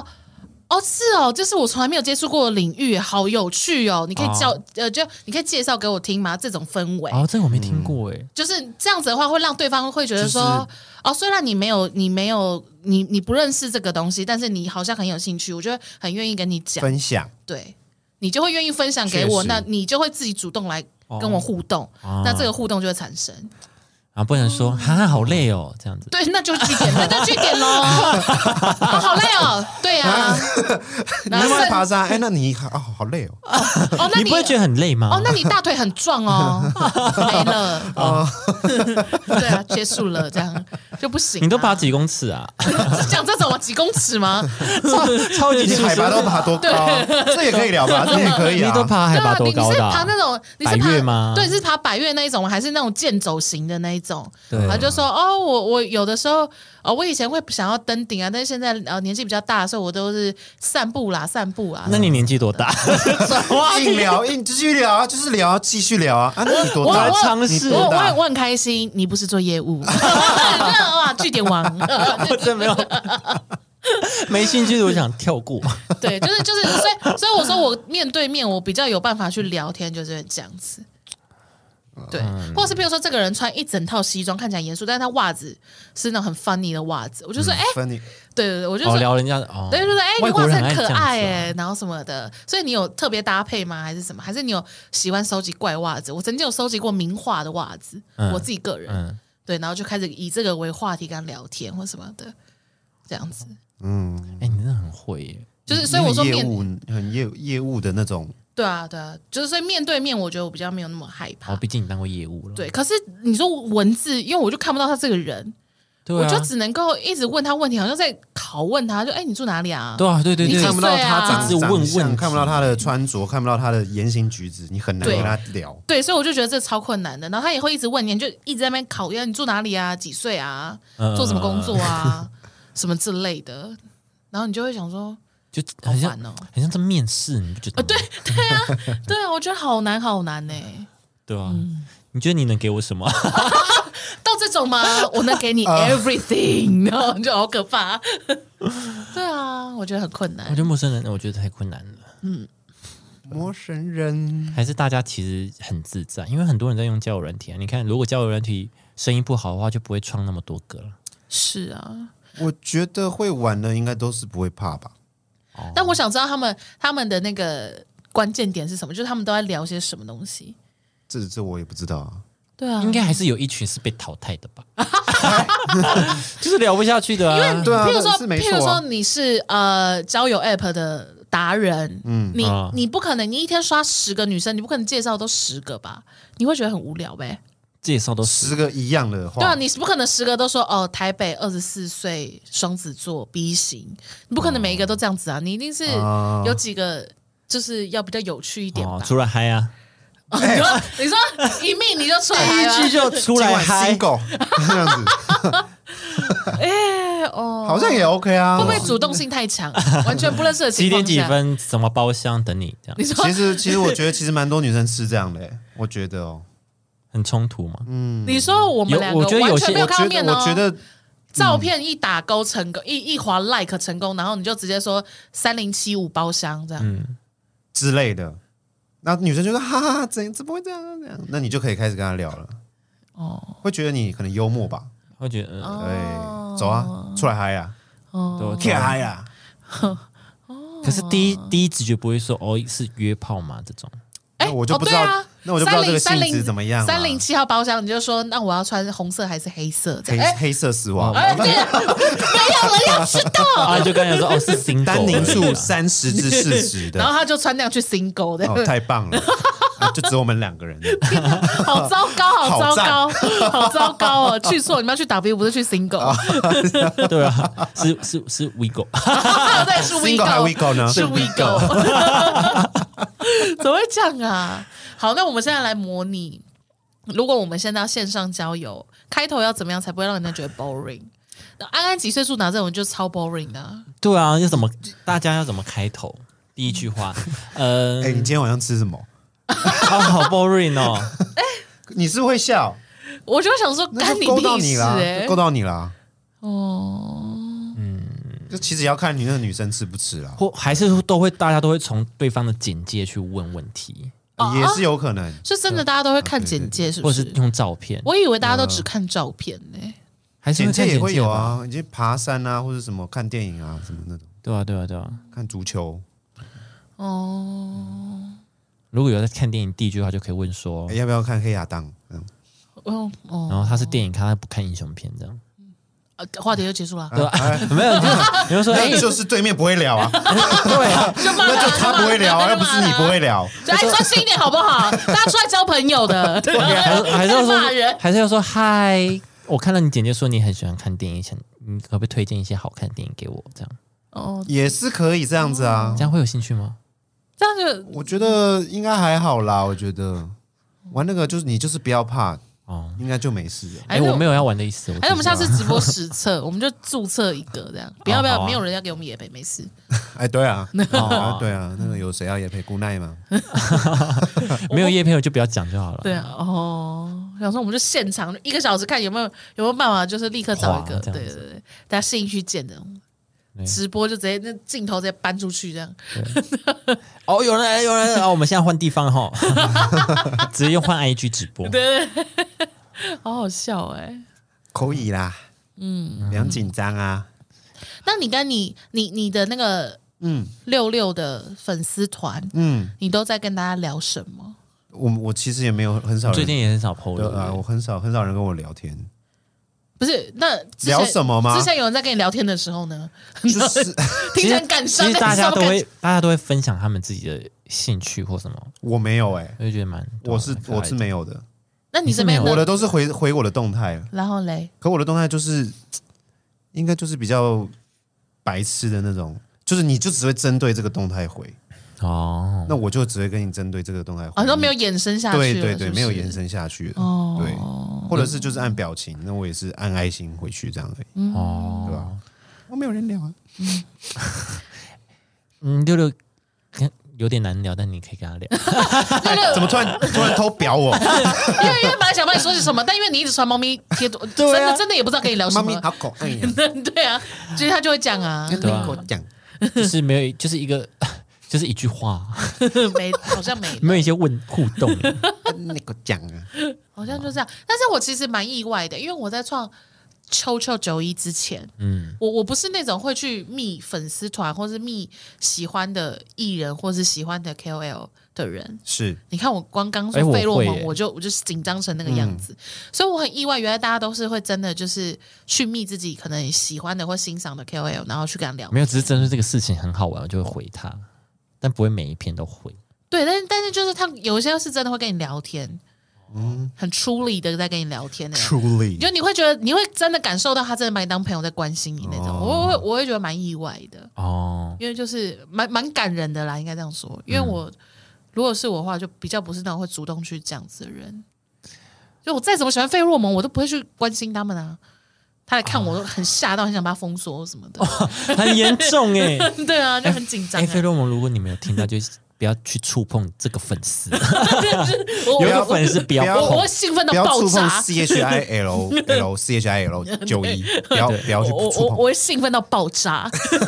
Speaker 2: 哦，是哦，这是我从来没有接触过的领域，好有趣哦。你可以教、呃，就你可以介绍给我听吗？这种氛围、
Speaker 1: 哦，这个我没听过诶，
Speaker 2: 就是这样子的话，会让对方会觉得说，哦，虽然你没有你没有你你不认识这个东西，但是你好像很有兴趣，我就会很愿意跟你讲。
Speaker 3: 分享
Speaker 2: 对你就会愿意分享给
Speaker 3: 确
Speaker 2: 我，
Speaker 3: 实
Speaker 2: 那你就会自己主动来跟我互动，
Speaker 1: 哦
Speaker 2: 那这个互动就会产生。
Speaker 1: 然后不能说哈好累哦这样子。
Speaker 2: 对，那就据点，那就据 点喽。哦，好累哦，对啊。
Speaker 3: 你
Speaker 2: 然
Speaker 3: 要
Speaker 2: 后
Speaker 3: 不要
Speaker 2: 剩
Speaker 3: 爬山？哎，那你好好累哦。
Speaker 2: 哦，那
Speaker 1: 你不会觉得很累吗？
Speaker 2: 哦，那你大腿很 壮哦，没了哦， 对啊，结束了，这样就不行啊、
Speaker 1: 你都爬 几公尺 啊？
Speaker 2: 讲这种啊几公尺 吗？
Speaker 1: 超级
Speaker 3: 你
Speaker 1: 出
Speaker 3: 海拔
Speaker 1: 神
Speaker 3: 都爬多高啊？这也可以聊 吧？这也可以啊。
Speaker 1: 你都爬海
Speaker 2: 对
Speaker 1: 拔
Speaker 2: 啊，
Speaker 1: 多
Speaker 2: 你你
Speaker 1: 高
Speaker 2: 是
Speaker 1: 的啊、
Speaker 2: 爬那种你是
Speaker 1: 百
Speaker 2: 爬
Speaker 1: 越吗
Speaker 2: 对，是爬百越那一种，还是那种健走型的那一种？
Speaker 1: 对啊
Speaker 2: 然后就说哦，我我有的时候哦，我以前会想要登顶啊，但是现在呃年纪比较大的时候，我都是散步啦，散步啊 啦。
Speaker 1: 那你年纪多大？
Speaker 3: 硬聊，硬继续聊啊，就是聊，继续聊啊。啊，那你多
Speaker 2: 我
Speaker 3: 大
Speaker 1: 来？
Speaker 2: 我哎
Speaker 1: 尝试
Speaker 2: 我我
Speaker 3: 大
Speaker 2: 很我很开心，你不是做业务，哇，据点王，
Speaker 1: 我真没有， 没兴趣，我想跳过。
Speaker 2: 对，就是就是，所以所以我说我面对面，我比较有办法去聊天，就是这样子。对，或者是比如说这个人穿一整套西装，看起来严肃，但是他袜子是那种很 funny 的袜子，我就说哎、
Speaker 3: 分你
Speaker 2: 对对对，我就
Speaker 1: 哦，
Speaker 2: 说。
Speaker 1: 聊人家的哦，
Speaker 2: 对，就说哎，你
Speaker 1: 外国
Speaker 2: 袜子
Speaker 1: 人爱
Speaker 2: 很可
Speaker 1: 这样
Speaker 2: 爱
Speaker 1: 子啊
Speaker 2: 哎、然后什么的，所以你有特别搭配吗？还是什么？还是你有喜欢收集怪袜子？我曾经有收集过名画的袜子，
Speaker 1: 嗯
Speaker 2: 我自己个人、
Speaker 1: 嗯，
Speaker 2: 对，然后就开始以这个为话题跟他聊天或什么的，这样
Speaker 1: 哦
Speaker 2: 子。
Speaker 3: 嗯，
Speaker 1: 哎，你真的很会耶。
Speaker 2: 就是所以我说
Speaker 3: 因为
Speaker 2: 面
Speaker 3: 业务很业业务的那种，
Speaker 2: 对啊，对啊，就是所以面对面，我觉得我比较没有那么害怕。
Speaker 1: 哦，毕竟你当过业务了。
Speaker 2: 啊对，可是你说文字，因为我就看不到他这个人，
Speaker 1: 对
Speaker 2: 我
Speaker 1: 啊，
Speaker 2: 就只能够一直问他问题，好像在拷问他，就哎、你住哪里啊？
Speaker 1: 对啊，对对
Speaker 2: 你
Speaker 1: 对，
Speaker 2: 几
Speaker 3: 看不到
Speaker 2: 岁啊
Speaker 3: 他长
Speaker 1: 一直问
Speaker 3: 长相
Speaker 1: 问题
Speaker 3: 看不到他的穿着，看不到他的言行举止，你很难
Speaker 2: 对
Speaker 3: 跟他聊。
Speaker 2: 对所以我就觉得这超困难的。然后他也会一直问你，你就一直在那边考验你住哪里啊，几岁啊，
Speaker 1: 嗯
Speaker 2: 做什么工作啊，什么之类的。然后你就会想说，
Speaker 1: 就
Speaker 2: 好
Speaker 1: 很像
Speaker 2: 烦哦。啊
Speaker 1: 很像在面试，你不觉得吗？对
Speaker 2: 对啊，我觉得好难好难呢、
Speaker 1: 对啊，你觉得你能给我什 么？
Speaker 2: 到这种吗？我能给
Speaker 1: 啊
Speaker 2: 你 everything，、然后你就好可怕。 对啊，我觉得很困
Speaker 1: 我觉
Speaker 2: 难。
Speaker 1: 得陌生人，我觉得太困难了。
Speaker 3: 陌生人，
Speaker 1: 还是大家其实很自在，因为很多人在用交友软体啊。你看，如果交友软体声音不好的话，就不会创那么多个了。
Speaker 2: 是啊，
Speaker 3: 我觉得会玩的应该都是不会怕吧？
Speaker 1: 哦
Speaker 2: 但我想知道他们他们的那个关键点是什么，就是他们都在聊些什么东西。
Speaker 3: 这这我也不知道啊。
Speaker 2: 对啊，
Speaker 1: 应该还是有一群是被淘汰的吧， 就是聊不下去的、啊。因为
Speaker 3: 对啊，
Speaker 2: 譬如说，
Speaker 3: 那是没
Speaker 2: 譬如
Speaker 3: 错
Speaker 2: 说
Speaker 3: 啊。
Speaker 2: 你是呃交友 app 的达人，嗯，你、
Speaker 1: 啊
Speaker 2: 你不可能，你一天刷十个女生，你不可能介绍都十个吧？你会觉得很无聊呗？
Speaker 1: 介绍都是
Speaker 3: 十个一样的话，
Speaker 2: 对啊，你是不可能十个都说哦，台北二十四岁，双子座，B 型，你不可能每一个都这样子啊，你一定是
Speaker 3: 哦
Speaker 2: 有几个就是要比较有趣一点吧
Speaker 1: 哦，？出来嗨啊，
Speaker 3: 哦
Speaker 2: 你说你说一命你就出来了，
Speaker 3: 哎
Speaker 1: 第一句就出
Speaker 3: 今
Speaker 1: 来
Speaker 3: 晚
Speaker 1: 嗨
Speaker 3: single，，这样子，
Speaker 2: 哎哦，
Speaker 3: 好像也 OK 啊。
Speaker 2: 会不会主动性太强？完全不认识的
Speaker 1: 几
Speaker 2: 情况
Speaker 1: 点
Speaker 2: 下
Speaker 1: 几？分什么包厢等你，这样
Speaker 2: 你说
Speaker 3: 其实其实我觉得其实蛮多女生是这样的、欸，我觉得哦，
Speaker 1: 很冲突吗？
Speaker 3: 嗯
Speaker 2: 你说我们
Speaker 1: 有
Speaker 2: 两个
Speaker 1: 我觉得有
Speaker 2: 完全
Speaker 1: 些
Speaker 2: 没有
Speaker 3: 我
Speaker 2: 看到
Speaker 3: 觉
Speaker 2: 面
Speaker 3: 得
Speaker 2: 哦，
Speaker 3: 我觉得
Speaker 2: 照片一打勾成功，一一划 like 成功，然后你就直接说三零七五包厢这样。
Speaker 3: 嗯之类的。那女生就说哈哈哈，怎怎么会这样啊这样？那你就可以开始跟她聊了。
Speaker 2: 哦
Speaker 3: 会觉得你可能幽默吧？
Speaker 1: 我觉得，
Speaker 3: 哎、
Speaker 1: 呃
Speaker 2: 哦
Speaker 3: 走啊，出来嗨呀、
Speaker 2: 哦，
Speaker 1: 对
Speaker 3: 去
Speaker 1: 我
Speaker 3: 嗨啊呀、
Speaker 1: 可是第一第一直觉不会说哦是约炮嘛这种，
Speaker 2: 哎，
Speaker 3: 那我就
Speaker 2: 哦
Speaker 3: 不知道
Speaker 2: 对啊
Speaker 3: 那我就不知道这个性质怎么样啊
Speaker 2: 三零七号包厢，你就说那我要穿红色还是黑色？这
Speaker 3: 黑、
Speaker 2: 样哎
Speaker 3: 黑色丝袜，
Speaker 2: 哎，对，没有人要知道。
Speaker 1: 啊就跟人家说哦 是 single
Speaker 3: 丹宁
Speaker 1: 而
Speaker 3: 数
Speaker 1: 已啊
Speaker 3: 三十至四十
Speaker 2: 然后
Speaker 3: 的，
Speaker 2: 他就穿那样去 single 的，
Speaker 3: 哦，太棒了。啊就只有我们两 个人，
Speaker 2: 好糟糕，好
Speaker 3: 好
Speaker 2: 糟糕，好糟糕哦！去错，你们要去 W 不是去
Speaker 3: 哦
Speaker 2: single，
Speaker 1: 对啊，是是是 WeGo，
Speaker 2: 对，是
Speaker 3: Single 还 WeGo 呢哎
Speaker 2: 是
Speaker 3: 是
Speaker 2: WeGo，怎么会这样啊？好，那我们现在来模拟，如果我们现在要线上交友，开头要怎么样才不会让人家觉得 boring？那安安几岁住哪这种就超 boring 的啊、
Speaker 1: 对啊，要怎么大家要怎么开头？第一句话， 呃，
Speaker 3: 哎、你今天晚上吃什么？
Speaker 1: 啊好 boring 哦，
Speaker 3: 你是不是会笑，
Speaker 2: 我就想说
Speaker 3: 那
Speaker 2: 干
Speaker 3: 就勾到
Speaker 2: 屁
Speaker 3: 你
Speaker 2: 事
Speaker 3: 啦，
Speaker 2: 哎、
Speaker 3: 就勾到你啦。
Speaker 2: 哦，
Speaker 3: 就嗯其实也要看你那个女生吃不吃啦，
Speaker 1: 或还是都会大家都会从对方的简介去问问题，
Speaker 3: 呃也是有可能。
Speaker 2: 是真的，大家都会看简介，是不
Speaker 1: 或
Speaker 2: 是？
Speaker 1: 者是用照片，
Speaker 2: 我以为大家都只看照片呢、
Speaker 1: 还是
Speaker 3: 简
Speaker 1: 看
Speaker 3: 介也
Speaker 1: 简
Speaker 3: 会有
Speaker 1: 吧，
Speaker 3: 啊，你去爬山啊，或者什么看电影啊，什么那种，
Speaker 1: 对啊对啊对啊。
Speaker 3: 看足球，
Speaker 2: 哦，
Speaker 1: 如果有在看电影第一句话就可以问说
Speaker 3: 哦哎，要不要看黑亚当？嗯，
Speaker 2: 哦哦，
Speaker 1: 然后他是电影咖，他不看英雄片这样，
Speaker 2: 呃话题就结束了，
Speaker 3: 哎
Speaker 1: 对吧？ 没有，你就你就说哎，
Speaker 3: 那就是对面不 会聊啊，
Speaker 1: 对啊，
Speaker 2: 就骂
Speaker 3: 那就他不会 聊啊，又
Speaker 2: 那
Speaker 3: 不是你不会。聊。
Speaker 2: 就哎，专心一点好 不好？大家出来交朋友的，对
Speaker 1: 啊 还是还是要
Speaker 2: 骂人
Speaker 1: 说，。还是要说嗨。我看到你简介说你很喜欢看电影，想你可不可以推荐一些好看的电影给我？这样
Speaker 2: 哦，
Speaker 3: 也是可以这样子啊
Speaker 1: 这，样会有兴趣吗？
Speaker 2: 这样就
Speaker 3: 我觉得应该还好啦。我觉得玩那个就是你就是不要怕，
Speaker 1: 哦，
Speaker 3: 应该就没事了。
Speaker 1: 哎、
Speaker 2: 还是
Speaker 1: 我没有要玩的意思。
Speaker 2: 哎还是我们下次
Speaker 1: 只是
Speaker 2: 直播实 测，我们就注册一个这样，不要不
Speaker 1: 好
Speaker 2: 要，
Speaker 1: 啊
Speaker 2: 没有人要给我们野北，没事。
Speaker 3: 哎，对啊，
Speaker 1: 哦
Speaker 3: 啊对啊，那个有谁要也陪姑奈吗？
Speaker 1: 想没有叶片，我就不要讲就好了。
Speaker 2: 对啊，哦，想说我们就现场就一个小时看有没有有没有办法，就是立刻找一个，
Speaker 1: 哇这
Speaker 2: 对
Speaker 1: 样
Speaker 2: 对
Speaker 1: 子
Speaker 2: 对，大家兴趣见的
Speaker 1: 对
Speaker 2: 直播就直接那镜头直接搬出去 这样，
Speaker 1: 哦，有人来了，有人来了，哦，我们现在换地方哈， 直接用换 IG 直播。
Speaker 2: 对对对，好好笑哎、
Speaker 3: 可以啦，嗯，不要紧张啊，
Speaker 2: 那你跟你你你的那个
Speaker 3: 嗯
Speaker 2: 六六的粉丝团，
Speaker 3: 嗯，
Speaker 2: 你都在跟大家聊什么？
Speaker 3: 我我其实也没有很少人
Speaker 1: 最近也很少 PO
Speaker 3: 对啊，
Speaker 1: 了
Speaker 3: 我，很少很少人跟我聊天，
Speaker 2: 不是那之前
Speaker 3: 聊什么吗
Speaker 2: 之前有人在跟你聊天的时候呢，
Speaker 3: 就是
Speaker 2: 听
Speaker 1: 其
Speaker 2: 起
Speaker 1: 实
Speaker 2: 来很感
Speaker 1: 其
Speaker 2: 伤，
Speaker 1: 实
Speaker 2: 但
Speaker 1: 大
Speaker 2: 是
Speaker 1: 家都
Speaker 2: 感
Speaker 1: 会，大家都会分享他们自己的兴趣或什么，
Speaker 3: 我没有哎，
Speaker 1: 我就觉得蛮，
Speaker 3: 我是
Speaker 1: 蛮可爱
Speaker 3: 我是
Speaker 1: 的
Speaker 3: 没有的，
Speaker 2: 那你
Speaker 1: 是
Speaker 2: 这边
Speaker 1: 没有
Speaker 3: 我的都是回回我的动态，
Speaker 2: 然后嘞，
Speaker 3: 可我的动态就是，应该就是比较白痴的那种，就是你就只会针对这个动态回，
Speaker 1: 哦，
Speaker 3: 那我就只会跟你针对这个动态回。
Speaker 2: 啊，都没有延伸下去了，
Speaker 3: 对对对，
Speaker 2: 是不是
Speaker 3: 没有延。伸下去的，
Speaker 2: 哦
Speaker 3: 对，或者是就是按表情，那我也是按爱心回去这样而已。
Speaker 2: 嗯
Speaker 1: 哦，
Speaker 3: 对吧嗯我没有人聊 啊，
Speaker 1: 嗯，六六跟有点难聊，但你可以跟他聊。
Speaker 2: 六六
Speaker 3: 怎么突 然突然偷表我？
Speaker 2: 因为因为本来想帮你说些什么，但因为你一直传猫咪贴 图，真
Speaker 3: 对啊
Speaker 2: 的真的也不知道跟你聊什
Speaker 3: 妈咪
Speaker 2: 么。
Speaker 3: 好可爱呀，
Speaker 2: 对啊，所以他就会讲啊，
Speaker 3: 跟 Nico 讲，
Speaker 1: 就是没有，就是一个， 就是一句话，
Speaker 2: 啊没好像没
Speaker 1: 没有一些问互 动。
Speaker 3: 跟 Nico 讲啊，
Speaker 2: 好像就这样。但是我其实蛮意外的，因为我在创秋秋九一之前，
Speaker 1: 嗯，
Speaker 2: 我我不是那种会去密粉丝团或是密喜欢的艺人或是喜欢的 KOL 的人。
Speaker 3: 是
Speaker 2: 你看我光刚
Speaker 1: 哎
Speaker 2: 说
Speaker 1: 我
Speaker 2: 费洛蒙，
Speaker 1: 会耶嗯
Speaker 2: 我就我就紧张成那个样子，所以我很意外，原来大家都是会真的就是去密自己可能喜欢的或欣赏的 KOL，然后去跟他聊
Speaker 1: 没有，只是针对这个事情很好玩，我就会回他，但不会每一篇都回。
Speaker 2: 对，但是但是就是他有一些是真的会跟你聊天，
Speaker 1: 哦
Speaker 2: 嗯，很出力的在跟你聊天那种。
Speaker 3: truly
Speaker 2: 就你会觉得，你会真的感受到他真的把你当朋友在关心你那种，我会我会觉得蛮意外的，
Speaker 1: 哦，
Speaker 2: 因为就是蛮蛮感人的啦，应该这样说。因为
Speaker 1: 嗯
Speaker 2: 我、如果是我的话，就比较不是那种会主动去这样子的人。就我再怎么喜欢费洛蒙，我都不会去关心他们啊。他来看
Speaker 1: 哦
Speaker 2: 我，都很吓到，很想把他封锁什么的。
Speaker 1: 很严重哎、欸！
Speaker 2: 对啊，就很紧张、
Speaker 1: 哦哎，
Speaker 2: 啊。
Speaker 1: 费洛蒙，如果你没有听到，就不要去触碰这个粉丝，
Speaker 2: 我
Speaker 1: 有一
Speaker 2: 我
Speaker 1: 个粉丝不要
Speaker 3: 不要
Speaker 2: 我
Speaker 1: 碰
Speaker 2: 会。兴奋到
Speaker 3: 不要
Speaker 2: 爆
Speaker 3: 触碰
Speaker 2: 炸。
Speaker 3: C H I L L C H I L 九一，不要不
Speaker 1: 哦
Speaker 3: 要去
Speaker 2: 我我
Speaker 3: 触
Speaker 2: 我
Speaker 3: 碰。
Speaker 2: 会兴奋到爆炸，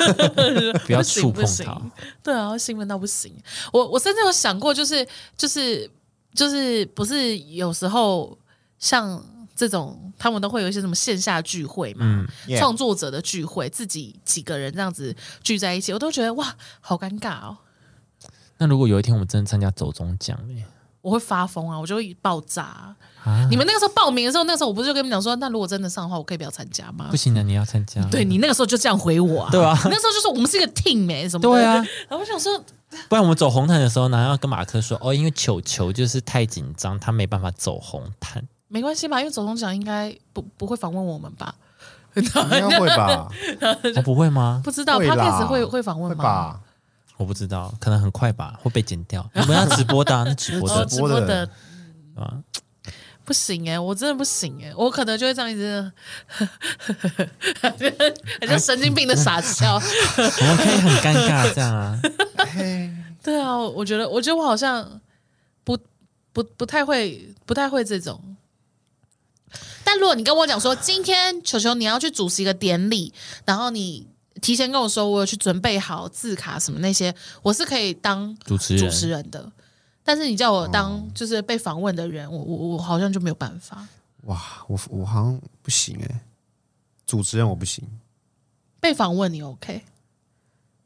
Speaker 1: 不要触碰它
Speaker 2: 不行不行对啊，我兴奋到不行。我我甚至有想过、就是，就是就是不是有时候像这种他们都会有一些什么线下聚会嘛，
Speaker 1: 嗯
Speaker 3: Yeah
Speaker 2: 创作者的聚会，自己几个人这样子聚在一起，我都觉得哇，好尴尬哦，
Speaker 1: 那如果有一天我们真的参加走中奖欸呢、
Speaker 2: 我会发疯啊，我就会爆炸啊、
Speaker 1: 啊，
Speaker 2: 你们那个时候报名的时候，那个时候我不是就跟你们讲说，那如果真的上的话，我可以不要参加吗
Speaker 1: 不？行的，你要参加。
Speaker 2: 对你那个时候就这样回我、啊，
Speaker 1: 对啊
Speaker 2: 你那时候就说我们是一个 team 哎、什么的
Speaker 1: 对啊，
Speaker 2: 然后我想说，
Speaker 1: 不然我们走红毯的时候，然后要跟马克说哦，因为球球就是太紧张，他没办法走红 毯。
Speaker 2: 没关系吧，因为总统奖应该不不会访问我们吧？
Speaker 3: 应该会 吧？
Speaker 1: 哦、不会吗？
Speaker 2: 不知道
Speaker 3: 会
Speaker 2: 他
Speaker 3: 啦
Speaker 2: 开始会会访问
Speaker 3: 会
Speaker 2: 吗？
Speaker 3: 吧？
Speaker 1: 我不知道，可能很快吧，会被剪掉。我们要直播的啊、那直播
Speaker 2: 哦，
Speaker 1: 的
Speaker 2: 直
Speaker 3: 直
Speaker 2: 播
Speaker 3: 播的
Speaker 2: 的
Speaker 1: 啊，
Speaker 2: 不行哎、我真的不行哎、我可能就会这样一直，
Speaker 1: 哎
Speaker 2: 很像神经病的傻笑。
Speaker 1: 我们可以很尴尬这样啊。
Speaker 2: 对啊，我觉得，我觉得我好像不不不太会，不太会这种。但如果你跟我讲说，今天球球你要去主持一个典礼，然后你提前跟我说，我有去准备好字卡什么那些，我是可以当
Speaker 1: 主持人，
Speaker 2: 主持人的。但是你叫我当就是被访问的人，我我我好像就没有办法。
Speaker 3: 哇，我我好像不行哎、主持人我不行。
Speaker 2: 被访问你 OK，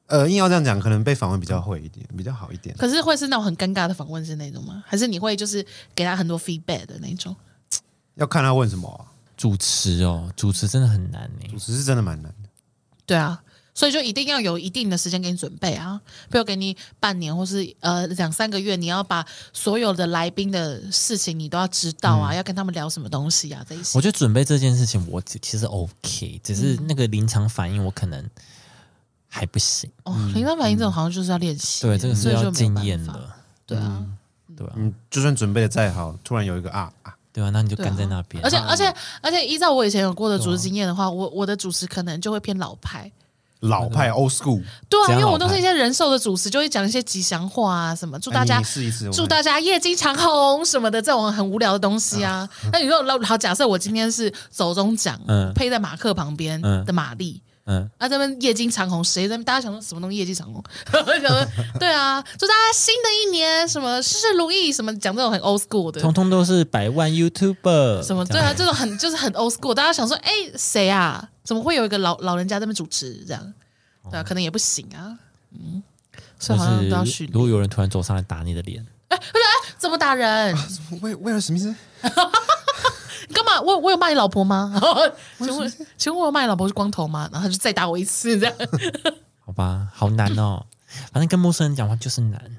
Speaker 3: 呃，硬要这样讲，可能被访问比较会一点，比较好一点。
Speaker 2: 可是会是那种很尴尬的访问是那种吗？还是你会就是给他很多 feedback 的那种？
Speaker 3: 要看他问什么啊。
Speaker 1: 主持哦，主持真的很难欸呢
Speaker 3: 主。持是真的蛮难的，
Speaker 2: 对啊，所以就一定要有一定的时间给你准备啊，比如给你半年或是呃两三个月，你要把所有的来宾的事情你都要知道啊，要跟他们聊什么东西啊这一些
Speaker 1: 嗯我。觉得准备这件事情，我其其实 OK，只是
Speaker 2: 嗯
Speaker 1: 那个临场反应我可能还不行。
Speaker 2: 哦，临场反应这种好像就是要练
Speaker 1: 嗯
Speaker 2: 习，
Speaker 1: 对，这个
Speaker 2: 所
Speaker 1: 是
Speaker 2: 以就没
Speaker 1: 要
Speaker 2: 有
Speaker 1: 经
Speaker 2: 办
Speaker 1: 验
Speaker 2: 法，
Speaker 1: 的，
Speaker 2: 对啊。
Speaker 1: 对吧、
Speaker 3: 嗯，就算准备的再好，突然有一个啊啊，
Speaker 1: 对吧、那你就
Speaker 2: 对啊
Speaker 1: 干在那边。
Speaker 2: 而且而且而且，依照我以前有过的主持经验的
Speaker 1: 啊
Speaker 2: 话，我我的主持可能就会偏老派。
Speaker 3: 老派 old school，
Speaker 2: 对啊，
Speaker 1: 怎样
Speaker 2: 因为
Speaker 1: 老
Speaker 2: 我都是
Speaker 1: 派
Speaker 2: 一些人寿的主持，就会讲一些吉祥话啊什么，祝
Speaker 3: 祝
Speaker 1: 哎
Speaker 2: 大家
Speaker 3: 哎试一试，
Speaker 2: 祝大家业绩长虹什么的这种很无聊的东西啊。那你说好，假设我今天是走中奖，
Speaker 1: 嗯
Speaker 2: 配在马克旁边
Speaker 1: 嗯
Speaker 2: 的玛丽。
Speaker 1: 嗯，
Speaker 2: 啊，这边业绩长虹，谁在那边？大家想说什么东西业绩长虹？ 想说对啊，祝大家新的一年什么事事如意，什么讲这种很 old school 的，
Speaker 1: 通通都是百万 YouTuber，
Speaker 2: 什么
Speaker 1: 这
Speaker 2: 对
Speaker 1: 样
Speaker 2: 啊，这种很就是很 old school，大家想说，哎、谁啊？怎么会有一个老老人家在那边主持这样？对啊，可能也不行啊，嗯，所以好像都要
Speaker 1: 或哦是
Speaker 2: 训
Speaker 1: 如果
Speaker 2: 练。
Speaker 1: 有人突然走上来打你的脸，
Speaker 2: 怎么打人？
Speaker 3: 为为了什么意思？
Speaker 2: 你干嘛？我我有骂你老 婆吗？请问请问我有骂你老婆是光头吗？然后他就再打我一次 这样。
Speaker 1: 好吧，好难 哦。反正跟陌生人讲话就是难，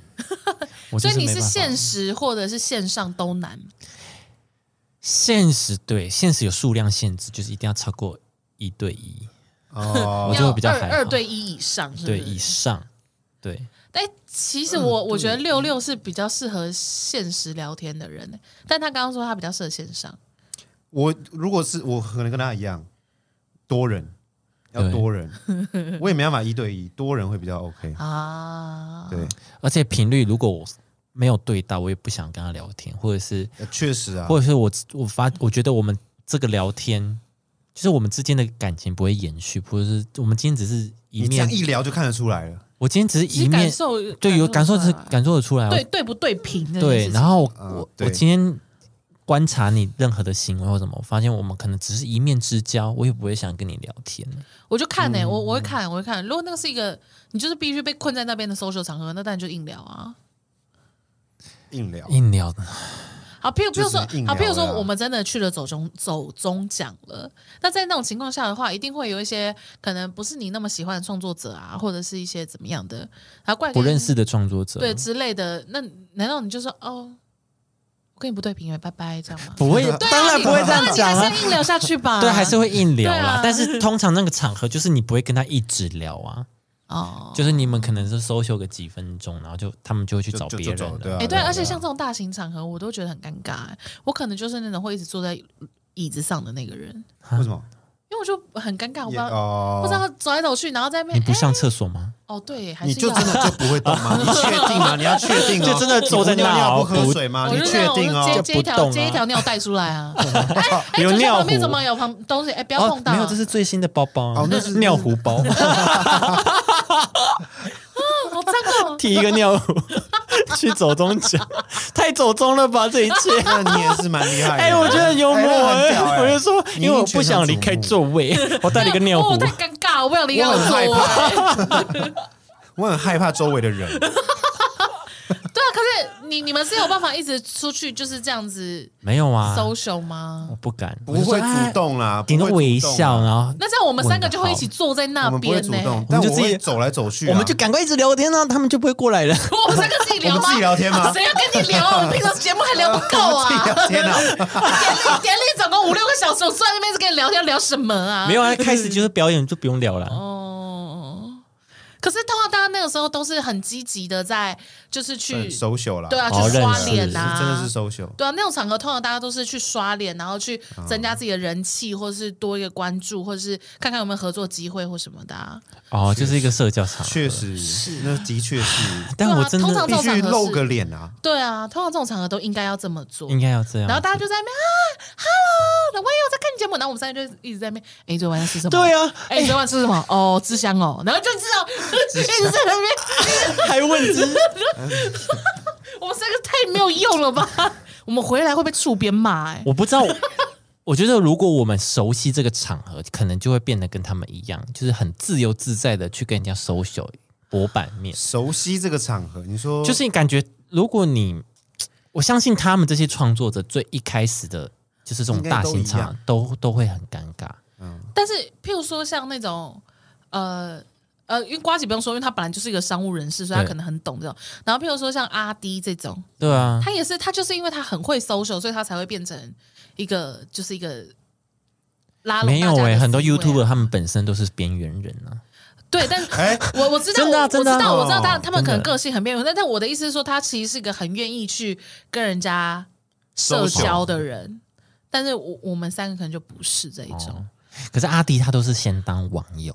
Speaker 1: 我就
Speaker 2: 所以你
Speaker 1: 没
Speaker 2: 是
Speaker 1: 办法
Speaker 2: 现实或者是线上都难，
Speaker 1: 现实对现实有数量限制，就是一定要超过一对一
Speaker 3: 哦
Speaker 1: 我，就
Speaker 2: 要
Speaker 1: 会比较
Speaker 2: 二
Speaker 1: 还好
Speaker 2: 二对一以上是不
Speaker 1: 对嗯
Speaker 2: 是？
Speaker 1: 以上，对
Speaker 2: 哎、其实我我觉得六六是比较适合现实聊天的人、但他刚刚说他比较适合线上。
Speaker 3: 我如果是我可能跟他一样，多人要
Speaker 1: 对
Speaker 3: 多人， 我也没办法一对一，多人会比较 OK。
Speaker 2: 啊，
Speaker 3: 对，
Speaker 1: 而且频率如果我没有对到，我也不想跟他聊天，或者是
Speaker 3: 呃确实啊，
Speaker 1: 或者是我我发我觉得我们这个聊天，就是我们之间的感情不会延续，或者是我们今天只是一
Speaker 3: 你这样
Speaker 1: 面，
Speaker 3: 一聊就看得出来了。
Speaker 1: 我今天只
Speaker 2: 其
Speaker 1: 是一
Speaker 2: 实感
Speaker 1: 面，
Speaker 2: 受
Speaker 1: 对，有感受
Speaker 2: 出
Speaker 1: 是
Speaker 2: 来啊
Speaker 1: 感受得出来，哦
Speaker 2: 对对不对平这件事
Speaker 1: 对，
Speaker 2: 情
Speaker 1: 然后我、
Speaker 3: 嗯
Speaker 1: 我
Speaker 3: 对
Speaker 1: 我今天观察你任何的行为或什么，我发现我们可能只是一面之交，我也不会想跟你聊天。
Speaker 2: 我就看呢、欸
Speaker 1: 嗯
Speaker 2: 我我会看我会看，如果那个是一个你就是必须被困在那边的 social 场合，那当然就硬聊啊。
Speaker 3: 硬聊，
Speaker 1: 硬聊，
Speaker 2: 好，譬如譬
Speaker 3: 就
Speaker 2: 如
Speaker 3: 是
Speaker 2: 说，
Speaker 3: 硬
Speaker 2: 好，譬如
Speaker 3: 聊
Speaker 1: 啊
Speaker 2: 说，
Speaker 3: 啦
Speaker 2: 我们真的去了走中走中奖了，那在那种情况下的话，一定会有一些可能不是你那么喜欢的创作者啊，或者是一些怎么样的，然后过来跟
Speaker 1: 不
Speaker 2: 你
Speaker 1: 认识的创作者，
Speaker 2: 对之类的，那难道你就说哦，我跟你不对平，拜拜这样吗？
Speaker 1: 不会，
Speaker 2: 对啊
Speaker 1: 当然
Speaker 2: 你
Speaker 1: 不会这样讲
Speaker 2: 当然
Speaker 1: 啊
Speaker 2: 你还。是要硬聊下去吧。
Speaker 1: 对，还是会硬聊
Speaker 2: 对
Speaker 1: 啦
Speaker 2: 啊，
Speaker 1: 但是通常那个场合就是你不会跟他一直聊啊，
Speaker 2: 哦，
Speaker 1: 就是你们可能是 social 个几分钟，然后就他们就会去
Speaker 3: 就
Speaker 1: 找
Speaker 3: 就
Speaker 1: 别
Speaker 3: 就
Speaker 1: 人
Speaker 3: 走对啊
Speaker 1: 了。
Speaker 2: 哎、对，
Speaker 3: 啊
Speaker 2: 而且像这种大型场合，我都觉得很尴尬、哎我可能就是那种会一直坐在椅子上的那个人，因
Speaker 3: 为什么？
Speaker 2: 为我就很尴尬，我不知
Speaker 3: 也
Speaker 2: 道、不知
Speaker 3: 哦，
Speaker 2: 道走来走去，然后在那
Speaker 1: 你
Speaker 2: 边
Speaker 1: 不
Speaker 2: 哎、
Speaker 1: 上厕所吗？
Speaker 2: 哦，对，还
Speaker 3: 你
Speaker 2: 是
Speaker 3: 就
Speaker 2: 要
Speaker 3: 真。的就不会动吗？你确定吗？你要确定哦，
Speaker 1: 就真的坐在那
Speaker 3: 你不尿尿不
Speaker 1: 哦
Speaker 3: 喝
Speaker 1: 不
Speaker 3: 水吗？
Speaker 2: 我
Speaker 3: 你
Speaker 2: 就这
Speaker 3: 确
Speaker 2: 样，我
Speaker 3: 定
Speaker 2: 就
Speaker 3: 哦
Speaker 2: 接？接一条
Speaker 1: 就不动啊
Speaker 2: 接一条尿带出来 啊！哎，
Speaker 1: 有
Speaker 2: 酒
Speaker 1: 尿
Speaker 2: 箱旁边
Speaker 1: 壶
Speaker 2: 怎么有旁东西？哎，不要
Speaker 1: 哦
Speaker 2: 碰，到啊。
Speaker 1: 没有，这是最新的包包啊
Speaker 3: 哦那是
Speaker 1: 尿壶包，
Speaker 2: 好脏 哦！
Speaker 1: 提一个尿壶 去走中奖，太走中了吧？这一切。
Speaker 3: 那你也是蛮厉害 的。
Speaker 1: 哎、我觉得很幽默、
Speaker 3: 哎那 很屌哎
Speaker 1: 我就说，
Speaker 3: 你
Speaker 1: 因为我不想离开座位， 我带了一个尿
Speaker 2: 哦
Speaker 1: 壶
Speaker 2: 我。太尴尬了，我不想离开
Speaker 3: 我
Speaker 2: 我
Speaker 3: 很
Speaker 2: 座
Speaker 3: 害
Speaker 2: 位。 对
Speaker 3: 我很害怕周围的人，
Speaker 2: 啊，可是你你们是有办法一直出去就是这样子
Speaker 1: 没有啊，
Speaker 2: social
Speaker 1: 我
Speaker 2: 吗？
Speaker 1: 不敢，
Speaker 3: 不
Speaker 1: 我就说
Speaker 3: 会主，动啦，
Speaker 1: 哎顶多
Speaker 3: 不会
Speaker 1: 微
Speaker 3: 主动啊
Speaker 1: 笑，然后
Speaker 2: 那这样我们三个就会一起坐在那
Speaker 3: 我们不会
Speaker 2: 边
Speaker 3: 主
Speaker 2: 呢、
Speaker 3: 动，但
Speaker 1: 我们就
Speaker 3: 我
Speaker 1: 自己
Speaker 3: 会走来走去啊，
Speaker 1: 我们就赶快一直聊天啊，他们就不会过来了。
Speaker 2: 我们三个自己聊
Speaker 3: 我
Speaker 2: 吗？
Speaker 3: 们自己聊天吗
Speaker 2: 谁要跟你聊？啊我们平常节目还聊不够啊！
Speaker 3: 天哪！
Speaker 2: 典礼典礼总共五六个小时，我坐在那边一直跟你聊天，聊什么啊？
Speaker 1: 没有啊，开始就是表演就不用聊了。
Speaker 2: 哦。可是通常大家那个时候都是很积极的，在就是去
Speaker 3: 很 social 啦，
Speaker 2: 对啊，
Speaker 1: 哦
Speaker 2: 去刷
Speaker 1: 认识
Speaker 2: 脸啊，
Speaker 3: 真的是 social。
Speaker 2: 对啊，那种场合通常大家都是去刷脸，然后去增加自己的人气，或是多一个关注，或是看看有没有合作机会或什么的、啊。
Speaker 1: 哦，就是一个社交场合，
Speaker 3: 确。实，那的 确是
Speaker 1: 但
Speaker 2: 对啊
Speaker 1: 我真
Speaker 2: 通常
Speaker 1: 的
Speaker 2: 这种
Speaker 3: 必须
Speaker 2: 场合
Speaker 3: 露
Speaker 2: 是
Speaker 3: 个脸啊！
Speaker 2: 对啊，通常这种场合都应该要这么做。
Speaker 3: 嗯
Speaker 1: 应该要这样。
Speaker 2: 然后大家就在那边啊，Hello，我也有在看节目，然后我们三个就一直在那边，哎，昨晚要吃什么？
Speaker 1: 对啊
Speaker 2: 哎，昨晚吃什么？哦，志香哦，然后就知道一直在那边，
Speaker 1: 还问之，
Speaker 2: 我们三个太没有用了吧？ 我们回来会被触边骂哎、
Speaker 1: 我不知道。我觉得如果我们熟悉这个场合，可能就会变得跟他们一样，就是很自由自在的去跟人家 social 博版面。
Speaker 3: 熟悉这个场合，你说
Speaker 1: 就是你感觉，如果你，我相信他们这些创作者最一开始的就是这种大型
Speaker 3: 应该都
Speaker 1: 场都都会很尴尬。
Speaker 2: 但是，譬如说像那种，呃呃，因为瓜姐不用说，因为他本来就是一个商务人士，所以他
Speaker 1: 对
Speaker 2: 可能很懂这种。然后，譬如说像阿 D 这种，
Speaker 1: 对啊，
Speaker 2: 他也是，他就是因为他很会 social，所以他才会变成一个就是一个拉拢
Speaker 1: 没有
Speaker 2: 哎、
Speaker 1: 哎、很多 YouTuber 他们本身都是边缘人啊。
Speaker 2: 对，但
Speaker 3: 哎，
Speaker 2: 我我知道，
Speaker 1: 真的啊
Speaker 2: 我
Speaker 1: 真的啊
Speaker 2: 我知道，我知道
Speaker 3: 哦
Speaker 2: 他他们可能
Speaker 1: 真的
Speaker 2: 个性很边缘，但但我的意思是说，他其实是一个很愿意去跟人家社
Speaker 3: Social
Speaker 2: 交的人，但是我我们三个可能就不是这一种。
Speaker 1: 哦可是阿迪他都是先当网友，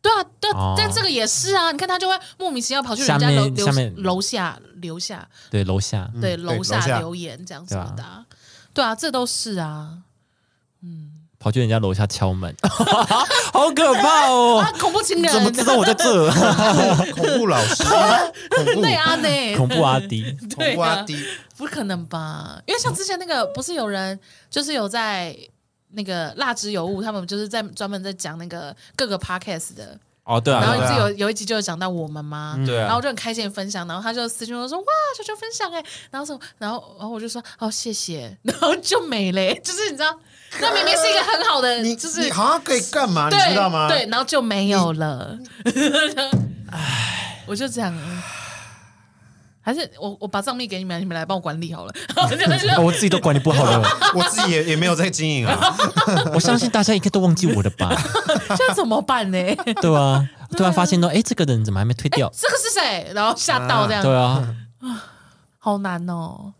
Speaker 2: 对啊，对啊
Speaker 1: 哦
Speaker 2: 但这个也是啊，你看他就会莫名其妙跑去人
Speaker 1: 下
Speaker 2: 家
Speaker 1: 面
Speaker 2: 楼楼
Speaker 1: 下面嗯
Speaker 2: 楼下留下，
Speaker 1: 对楼下，
Speaker 2: 对
Speaker 3: 对
Speaker 2: 楼
Speaker 3: 楼下
Speaker 2: 留言这样子的啊、对啊，这都是啊，
Speaker 1: 跑去人家楼下敲 门， 好可怕哦！
Speaker 2: 啊，恐怖情人，
Speaker 1: 怎么知 道我在这？
Speaker 3: 恐怖老师，恐怖，
Speaker 2: 对啊，那
Speaker 1: 恐怖阿迪，
Speaker 2: 对
Speaker 3: 恐怖阿
Speaker 2: 啊，
Speaker 3: 迪，
Speaker 2: 不可能吧？因
Speaker 1: 嗯
Speaker 2: 为像之前那个，不是有人就是有在那个蜡之尤物，他们就是在专门在讲那个各个 podcast 的，
Speaker 1: 哦对啊，
Speaker 2: 然后
Speaker 1: 对
Speaker 2: 你
Speaker 1: 啊
Speaker 2: 是
Speaker 3: 对啊
Speaker 2: 有有一集就有讲到我们吗？
Speaker 1: 对啊
Speaker 2: 然后我就很开心的分享，然后他就私信我说：“哇，球球分享哎、然后什么？然后然后我就说：“哦，谢谢。” 然后就没嘞、就是你知道，那明明是一个很好的，
Speaker 3: 你
Speaker 2: 就是
Speaker 3: 你好像可以干嘛，你
Speaker 2: 对
Speaker 3: 知道吗？
Speaker 2: 对，，然后就没有了。我就这样。嗯还是我我把账密给你们，你们来帮我管理 好了。就是
Speaker 1: 哦我自己都管理不好 了，
Speaker 3: 我自己也也没有在经 营啊，
Speaker 1: 我相信大家应该都忘记我的吧？
Speaker 2: 现在怎么办呢？这
Speaker 1: 对啊，突然发现到，
Speaker 2: 嗯
Speaker 1: 哎，这个人怎么还没退掉？
Speaker 2: 个是谁？然后吓到哎这样，
Speaker 1: 对啊，
Speaker 2: 好难哦。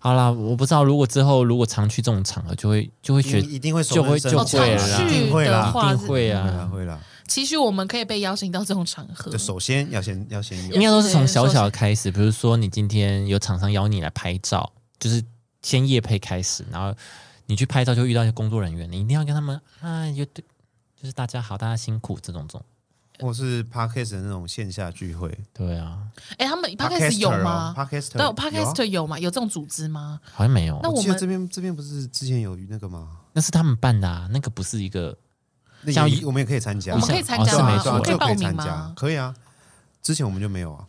Speaker 1: 好啦，我不知道，如果之后如果常去这种场合，就会就会
Speaker 3: 一
Speaker 1: 觉
Speaker 3: 定
Speaker 1: 得
Speaker 3: 一定会
Speaker 1: 就会就
Speaker 2: 会啦
Speaker 3: 一定会
Speaker 2: 哦
Speaker 3: 啦，
Speaker 2: 常去的话
Speaker 1: 一定会
Speaker 3: 会啦
Speaker 1: 啊，
Speaker 3: 会啦。
Speaker 2: 期许我们可以被邀请到这种场合
Speaker 3: 就。首先要先要先有
Speaker 1: 应该都是从小小的开始，比如说你今天有厂商邀你来拍照，就是先夜配开始，然后你去拍照就遇到一些工作人员，你一定要跟他们啊，有对，就是大家好，大家辛苦这种这种。
Speaker 3: 或是 podcast 的那种线下聚会
Speaker 1: 对啊，
Speaker 2: 哎，他们
Speaker 3: Podcaster 哦
Speaker 2: podcast 有吗？
Speaker 3: ？podcast
Speaker 2: 对，podcast 有吗？有这种组织吗？
Speaker 1: 好像没有，
Speaker 2: 那
Speaker 1: 那
Speaker 2: 我
Speaker 3: 我啊记得这
Speaker 2: 们
Speaker 3: 边这边不是之前有那个吗？
Speaker 1: 是他们办的啊，那个不是一个
Speaker 3: 那
Speaker 1: 像
Speaker 3: 也我们也可以参加，
Speaker 2: 我们可以参
Speaker 1: 哦
Speaker 2: 加
Speaker 1: 是
Speaker 2: 吗？
Speaker 1: 没
Speaker 2: 我
Speaker 1: 错
Speaker 2: 们可以
Speaker 3: 就
Speaker 2: 报名
Speaker 3: 参加
Speaker 2: 吗，？
Speaker 3: 可以啊。之前我们就没有啊，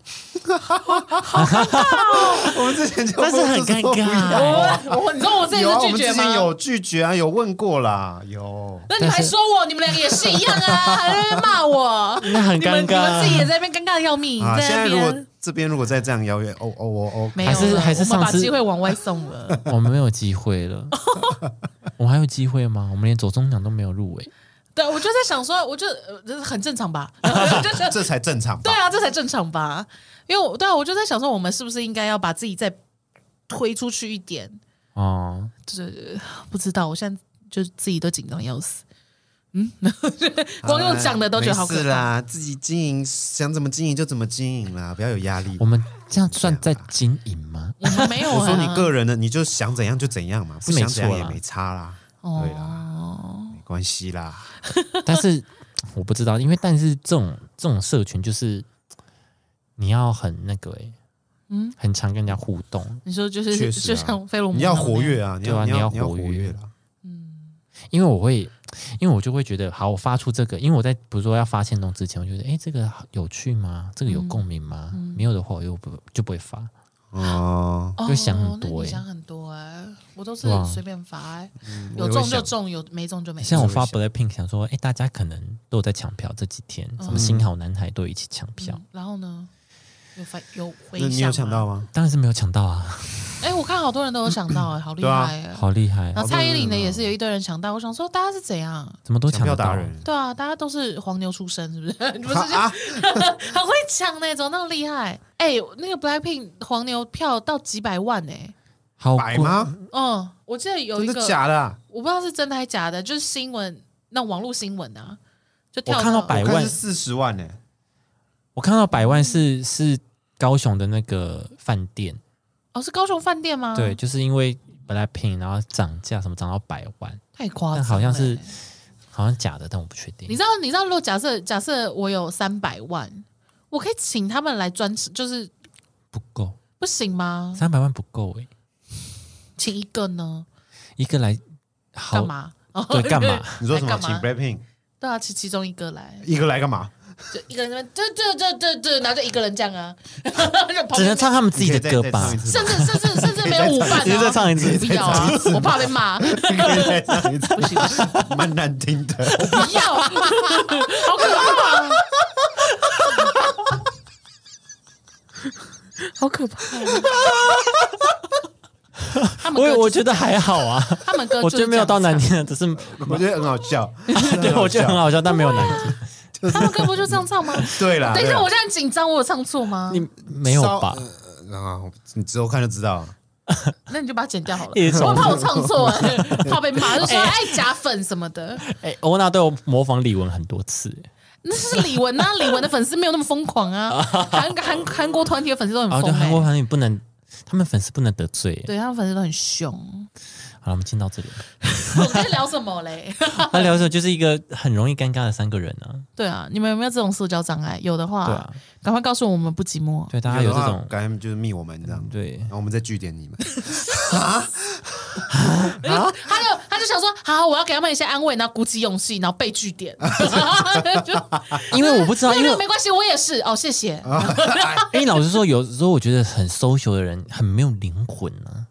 Speaker 2: 哦
Speaker 3: 我们之前就
Speaker 1: 但是很尴
Speaker 3: 不 要
Speaker 1: 尬
Speaker 3: 啊
Speaker 2: 我你说我这里
Speaker 3: 有啊，
Speaker 2: 是拒
Speaker 3: 我们
Speaker 2: 绝
Speaker 3: 之前
Speaker 2: 吗？
Speaker 3: 有拒绝啊，有问过啦，有。
Speaker 2: 那你们还说我，你们两个也是一样啊，还在那边骂我，
Speaker 1: 那很
Speaker 2: 你
Speaker 1: 尴
Speaker 2: 们你们自己也
Speaker 1: 尬。啊
Speaker 2: 在那边尴尬的要命，
Speaker 3: 啊，现
Speaker 2: 在
Speaker 3: 在
Speaker 2: 那
Speaker 3: 如果
Speaker 2: 边
Speaker 3: 这边如果再这样邀约，哦哦我哦，
Speaker 2: 没有了，
Speaker 1: 还是还是
Speaker 2: 我们把
Speaker 1: 上次
Speaker 2: 机会往外送 了。
Speaker 1: 我们没有机会 了，我们还有机会吗？我们连左中奖都没有入围，
Speaker 2: 对，我就在想说，我就呃这很正常 吧，就是
Speaker 3: 这才正常吧
Speaker 2: 对？啊，这才正常吧？因为我对啊，我就在想说，我们是不是应该要把自己再推出去一点？
Speaker 1: 哦，
Speaker 2: 就是不知道，我现在就自己都紧张要死。 嗯，光用讲的都觉得好可怕。
Speaker 3: 是啊哎啦，自己经营想怎么经营就怎么经营啦，不要有压力
Speaker 1: 我。们这样算在经营吗？
Speaker 2: 我们没有、啊，
Speaker 3: 我说你个人的，你就想怎样就怎样嘛，不
Speaker 1: 是没
Speaker 3: 想怎样
Speaker 1: 错
Speaker 3: 也
Speaker 1: 啦
Speaker 3: 没差啦，对啦，
Speaker 2: 哦，
Speaker 3: 没关系啦。
Speaker 1: 但是我不知道，因为但是这种这种社群就是你要很那个哎、嗯，很常跟人家互动，
Speaker 2: 你说就是、
Speaker 3: 确实
Speaker 2: 就
Speaker 3: 啊
Speaker 2: 像飞龙，
Speaker 3: 你要活跃
Speaker 2: 啊，
Speaker 3: 啊，你
Speaker 1: 对
Speaker 3: 要
Speaker 1: 啊
Speaker 3: 你
Speaker 1: 你
Speaker 3: 要
Speaker 1: 要
Speaker 3: 你要活
Speaker 1: 活跃
Speaker 3: 跃啦。
Speaker 1: 因为我会，因为我就会觉得，好，我发出这个，因为我在比如说要发现动之前，我觉得，哎、这个有趣吗？这个有共鸣吗？没有的话，我又不就不会发。
Speaker 3: 哦，
Speaker 2: 哦
Speaker 1: 就想很多
Speaker 2: 那你
Speaker 1: 欸
Speaker 2: 想很多哎、我都是
Speaker 1: 对啊
Speaker 2: 随便发、欸，
Speaker 3: 我
Speaker 2: 有
Speaker 3: 也会
Speaker 2: 中就
Speaker 3: 嗯想
Speaker 2: 中，有没中就没中。
Speaker 1: 像我发 Blackpink，想说，哎、大家可能都有在抢票，这几天什么新好男孩都一起抢票，
Speaker 2: 嗯然后呢，有反有回
Speaker 3: 那你有
Speaker 2: 响
Speaker 3: 想
Speaker 2: 吗
Speaker 3: 到？吗？
Speaker 1: 当然是没有抢到啊，
Speaker 2: 哎、我看好多人都有想到、 哎，好厉
Speaker 3: 对啊
Speaker 2: 害、哎。
Speaker 1: 好厉害，
Speaker 2: 然后蔡依林的也是有一堆人抢到，我想说大家是怎样？
Speaker 1: 怎么都
Speaker 3: 抢
Speaker 1: 抢
Speaker 3: 票
Speaker 1: 得
Speaker 3: 达
Speaker 1: 到？
Speaker 3: 人，
Speaker 2: 对啊，大家都是黄牛出身，是不 是？你不是
Speaker 3: 啊啊，
Speaker 2: 很会抢欸呢，怎么那么厉害？哎、那个 Blackpink 黄牛票到几百万呢、
Speaker 1: 好
Speaker 3: 百
Speaker 1: 贵
Speaker 3: 吗？
Speaker 2: 嗯，我记得有
Speaker 3: 真
Speaker 2: 一个
Speaker 3: 的，假的啊？
Speaker 2: 我不知道是真的还假的，就是新闻那网络新闻啊，就跳
Speaker 1: 我看到百
Speaker 3: 我
Speaker 1: 万
Speaker 3: 看是四十万呢，
Speaker 1: 我看到百万是是高雄的那个饭店，
Speaker 2: 哦，是高雄饭店吗？
Speaker 1: 对，，就是因为 Blackpink 然后涨价什么涨到百万，
Speaker 2: 太夸张了、欸
Speaker 1: 但好像是好像假的，但我不确
Speaker 2: 你
Speaker 1: 定。
Speaker 2: 知道，你知道，如果假设假设我有三百万，我可以请他们来专程，就是
Speaker 1: 不够，
Speaker 2: 不行吗？
Speaker 1: 三百万不够诶、
Speaker 2: 请一个呢？
Speaker 1: 一个来好
Speaker 2: 干嘛？ 哦
Speaker 1: 对干嘛？
Speaker 3: 你说什么？
Speaker 2: 来干
Speaker 3: 请
Speaker 2: 嘛
Speaker 3: Blackpink
Speaker 2: 对啊，其其中一个来，
Speaker 3: 一个来干嘛？
Speaker 2: 就一个人在那边，对对对对对，然后就一个人这样啊，
Speaker 1: 只能唱他们自己的歌吧
Speaker 3: 你可以再再唱一？
Speaker 2: 甚至
Speaker 3: 次
Speaker 2: 甚至甚至没有舞伴、啊，
Speaker 1: 你再唱一次
Speaker 2: 不要啊
Speaker 3: 你再唱一！次
Speaker 2: 我怕被骂， 不
Speaker 3: 不
Speaker 2: 行不行，
Speaker 3: 蛮难听的。
Speaker 2: 要，好可怕，好可怕啊！他们
Speaker 1: 我
Speaker 2: 歌就是
Speaker 1: 我觉得还好 啊，
Speaker 2: 他们歌
Speaker 1: 我
Speaker 2: 就是
Speaker 1: 觉得没有到难听的，只是
Speaker 3: 我觉得很好笑，
Speaker 1: 对我觉得很好笑，但没有难
Speaker 2: 啊
Speaker 1: 听。
Speaker 2: 他们歌不就这样 唱吗？
Speaker 3: 对啦。
Speaker 2: 等一
Speaker 3: 对
Speaker 2: 下，
Speaker 3: 啦
Speaker 2: 我现在很紧张，我有唱错吗？
Speaker 1: 你没有 吧？
Speaker 3: 呃啊，你之后看就知道了。
Speaker 2: 那你就把它剪掉好了。
Speaker 1: 一直
Speaker 2: 我
Speaker 1: 重复
Speaker 2: 怕我唱错， 哎怕被骂，就说哎假粉什么的。
Speaker 1: 哎、欧娜都有模仿李玟很多次，欸
Speaker 2: 那是李玟啊， 李玟的粉丝没有那么疯狂啊。韩韩韩国团体的粉丝都很
Speaker 1: 然后就
Speaker 2: 疯
Speaker 1: 哦韩国
Speaker 2: 哎，
Speaker 1: 团体不能，他们粉丝不能得罪。欸
Speaker 2: 对他们粉丝都很凶。
Speaker 1: 好了，我们进到这里，
Speaker 2: 我们在聊什么嘞？
Speaker 1: 那聊什么？就是一个很容易尴尬的三个人啊。
Speaker 2: 对啊，你们有没有这种社交障碍？有的话，
Speaker 1: 对啊
Speaker 2: 赶快告诉我们不寂寞。
Speaker 1: 对，大家有这种
Speaker 3: 感觉就是密我们这样，
Speaker 1: 对
Speaker 3: 然后我们再据点你们。
Speaker 2: 他就他就想说，好，我要给他们一些安慰，然后鼓起勇气，然后被 据点。就
Speaker 1: 因为我不知道，
Speaker 2: 那
Speaker 1: 因为
Speaker 2: 个没关系，我也是哦，谢谢。
Speaker 1: 因为哎老实说，有时候我觉得很 social 的人很没有灵魂啊。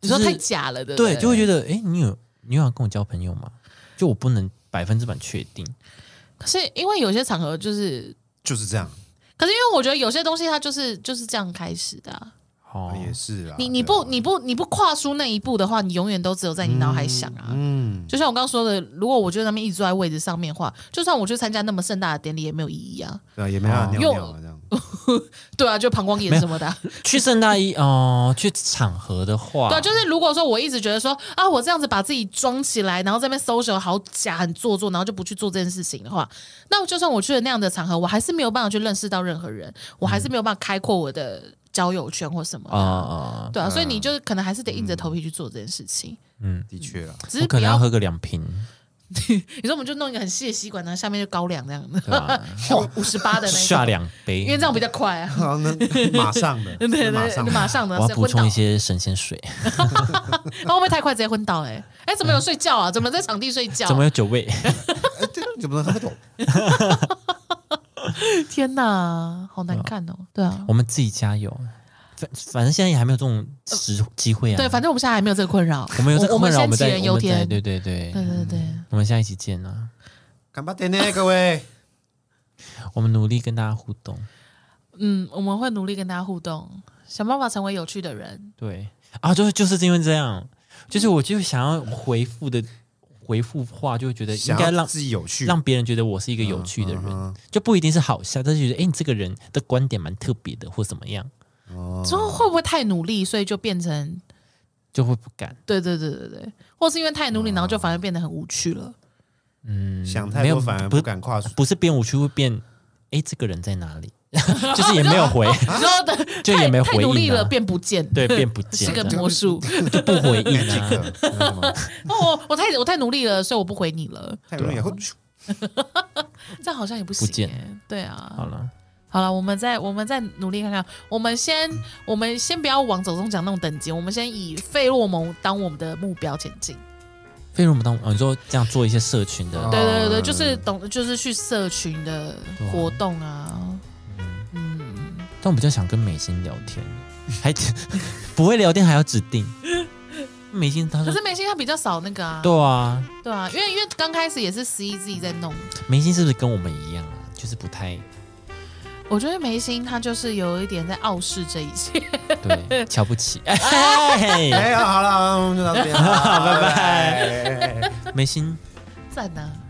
Speaker 2: 你说
Speaker 1: 就是
Speaker 2: 太假了，对不
Speaker 1: 对，
Speaker 2: 对
Speaker 1: 就会觉得，哎、你有你有要跟我交朋友吗？就我不能百分之百确定。
Speaker 2: 可是因为有些场合就是，
Speaker 3: 就是这样，
Speaker 2: 可是因为我觉得有些东西它就是就是这样开始的啊、
Speaker 1: 哦，
Speaker 3: 也是啦。
Speaker 2: 你你
Speaker 3: 对
Speaker 2: 不
Speaker 3: 啊
Speaker 2: 你不你不跨出那一步的话，你永远都只有在你脑海想啊。
Speaker 3: 嗯，
Speaker 2: 就像我刚刚说的，如果我觉得他们一直坐在位置上面的话，就算我去参加那么盛大的典礼也没有意义啊。
Speaker 3: 对啊，也没办
Speaker 1: 哦
Speaker 3: 法尿尿啊，这样。
Speaker 2: 对啊，就膀胱炎什么的啊、
Speaker 1: 去盛大一哦，去场合的话，
Speaker 2: 对啊，就是如果说我一直觉得说啊，我这样子把自己装起来，然后在那边 social 好假很做作，然后就不去做这件事情的话，那我就算我去了那样的场合，我还是没有办法去认识到任何人，我还是没有办法开阔我的交友圈或什么的
Speaker 1: 啊
Speaker 2: 啊。
Speaker 1: 啊、
Speaker 2: 对啊，所以你就是可能还是得硬着头皮去做这件事情，
Speaker 1: 嗯
Speaker 3: 的确啦，
Speaker 2: 只
Speaker 1: 我
Speaker 2: 是
Speaker 1: 可能
Speaker 2: 不
Speaker 1: 要
Speaker 2: 要
Speaker 1: 喝个两瓶，
Speaker 2: 你说我们就弄一个很细的吸管，然后下面就高粱这样
Speaker 1: 对吧
Speaker 2: 的，五十八的那
Speaker 1: 下
Speaker 2: 种，
Speaker 1: 两杯
Speaker 2: 因。为这样比较快啊。
Speaker 3: 好，那马上 的，
Speaker 2: 对对
Speaker 3: 那马
Speaker 2: 对，
Speaker 3: 上
Speaker 2: 你
Speaker 3: 的
Speaker 2: 马上
Speaker 1: 我
Speaker 2: 呢，
Speaker 1: 要
Speaker 2: 是
Speaker 1: 补
Speaker 2: 昏倒哦
Speaker 1: 充一，些神仙水，
Speaker 2: 那会不会太快直接昏倒？哎哎，怎么有睡觉啊？怎么在场地睡觉
Speaker 1: 怎？么有酒味？
Speaker 3: 哎，对，怎么能看不懂？
Speaker 2: 天哪，好难看哦。
Speaker 1: 嗯
Speaker 2: 对啊，
Speaker 1: 我们自己加油。反反正现在也还没有这种时机会啊。
Speaker 2: 呃对，反正我们现在还没有这个困扰，
Speaker 1: 我们有这困扰，我
Speaker 2: 先
Speaker 1: 们
Speaker 2: 杞
Speaker 1: 再
Speaker 2: 人忧
Speaker 1: 我们再
Speaker 2: 天。
Speaker 1: 对对对，
Speaker 2: 对对对，
Speaker 1: 我们下一期见啊！
Speaker 3: 干巴 点呢，各位，
Speaker 1: 我们努力跟大家互动。
Speaker 2: 嗯，我们会努力跟大家互动，想办法成为有趣的人。
Speaker 1: 对啊，就是就是因为这样，就是我就想要回复的回复话，就会觉得应
Speaker 3: 想
Speaker 1: 该
Speaker 3: 要
Speaker 1: 让
Speaker 3: 自己有趣，
Speaker 1: 让别人觉得我是一个有趣的人，
Speaker 3: 嗯嗯
Speaker 1: 就不一定是好笑，但是觉得哎、诶你这个人的观点蛮特别的，或怎么样，嗯
Speaker 3: 哦
Speaker 2: 之后会不会太努力，所以就变成
Speaker 1: 就会不敢。
Speaker 2: 对对对对对，或是因为太努力，然后就反而变得很无 趣了。
Speaker 1: 嗯，
Speaker 3: 想太
Speaker 1: 没
Speaker 3: 多
Speaker 1: 有
Speaker 3: 反而
Speaker 1: 不
Speaker 3: 不敢 跨出。
Speaker 1: 不是变无趣，会变哎、诶这个人在哪 里？就是也没有回，
Speaker 2: 然后的
Speaker 1: 啊 就
Speaker 2: 太
Speaker 1: 也没有
Speaker 2: 太
Speaker 1: 回
Speaker 2: 努力
Speaker 1: 应啊
Speaker 2: 了，变不见，
Speaker 1: 对，变不
Speaker 2: 是
Speaker 1: 见
Speaker 2: 个
Speaker 1: 这样
Speaker 2: 魔术。
Speaker 1: 就不回应
Speaker 3: 即
Speaker 1: 啊。
Speaker 3: 可，那什么
Speaker 2: 哦，我太我太努力了，所以我不回你了，
Speaker 3: 太
Speaker 1: 啊
Speaker 3: 容易会
Speaker 2: 这样好像也不行、
Speaker 1: 不见
Speaker 2: 欸。对啊
Speaker 1: 好，了，
Speaker 2: 好了，我们再我们再努力看看，我们先我们先不要往走中奖那种等级，我们先以费洛蒙当我们的目标前进。
Speaker 1: 费如我们当、哦、你说这样做一些社群的，
Speaker 3: 哦
Speaker 2: 对对对，就是懂，就是去社群的活动啊。
Speaker 1: 但我比较想跟美心聊天，还 不会聊天还要指定美心，她
Speaker 2: 可
Speaker 1: 说
Speaker 2: 是美心她比较少那个啊，
Speaker 1: 对啊，
Speaker 2: 对啊，因为因为刚开始也是十一自己在弄，
Speaker 1: 明星是不是跟我们一样啊？就是不太
Speaker 2: 我觉得眉心她就是有一点在傲视这一切。
Speaker 1: 对，瞧不起。哎，
Speaker 3: 哎呀，好了，好了我们就到这边了，拜拜。
Speaker 1: 眉心
Speaker 2: 赞呐、啊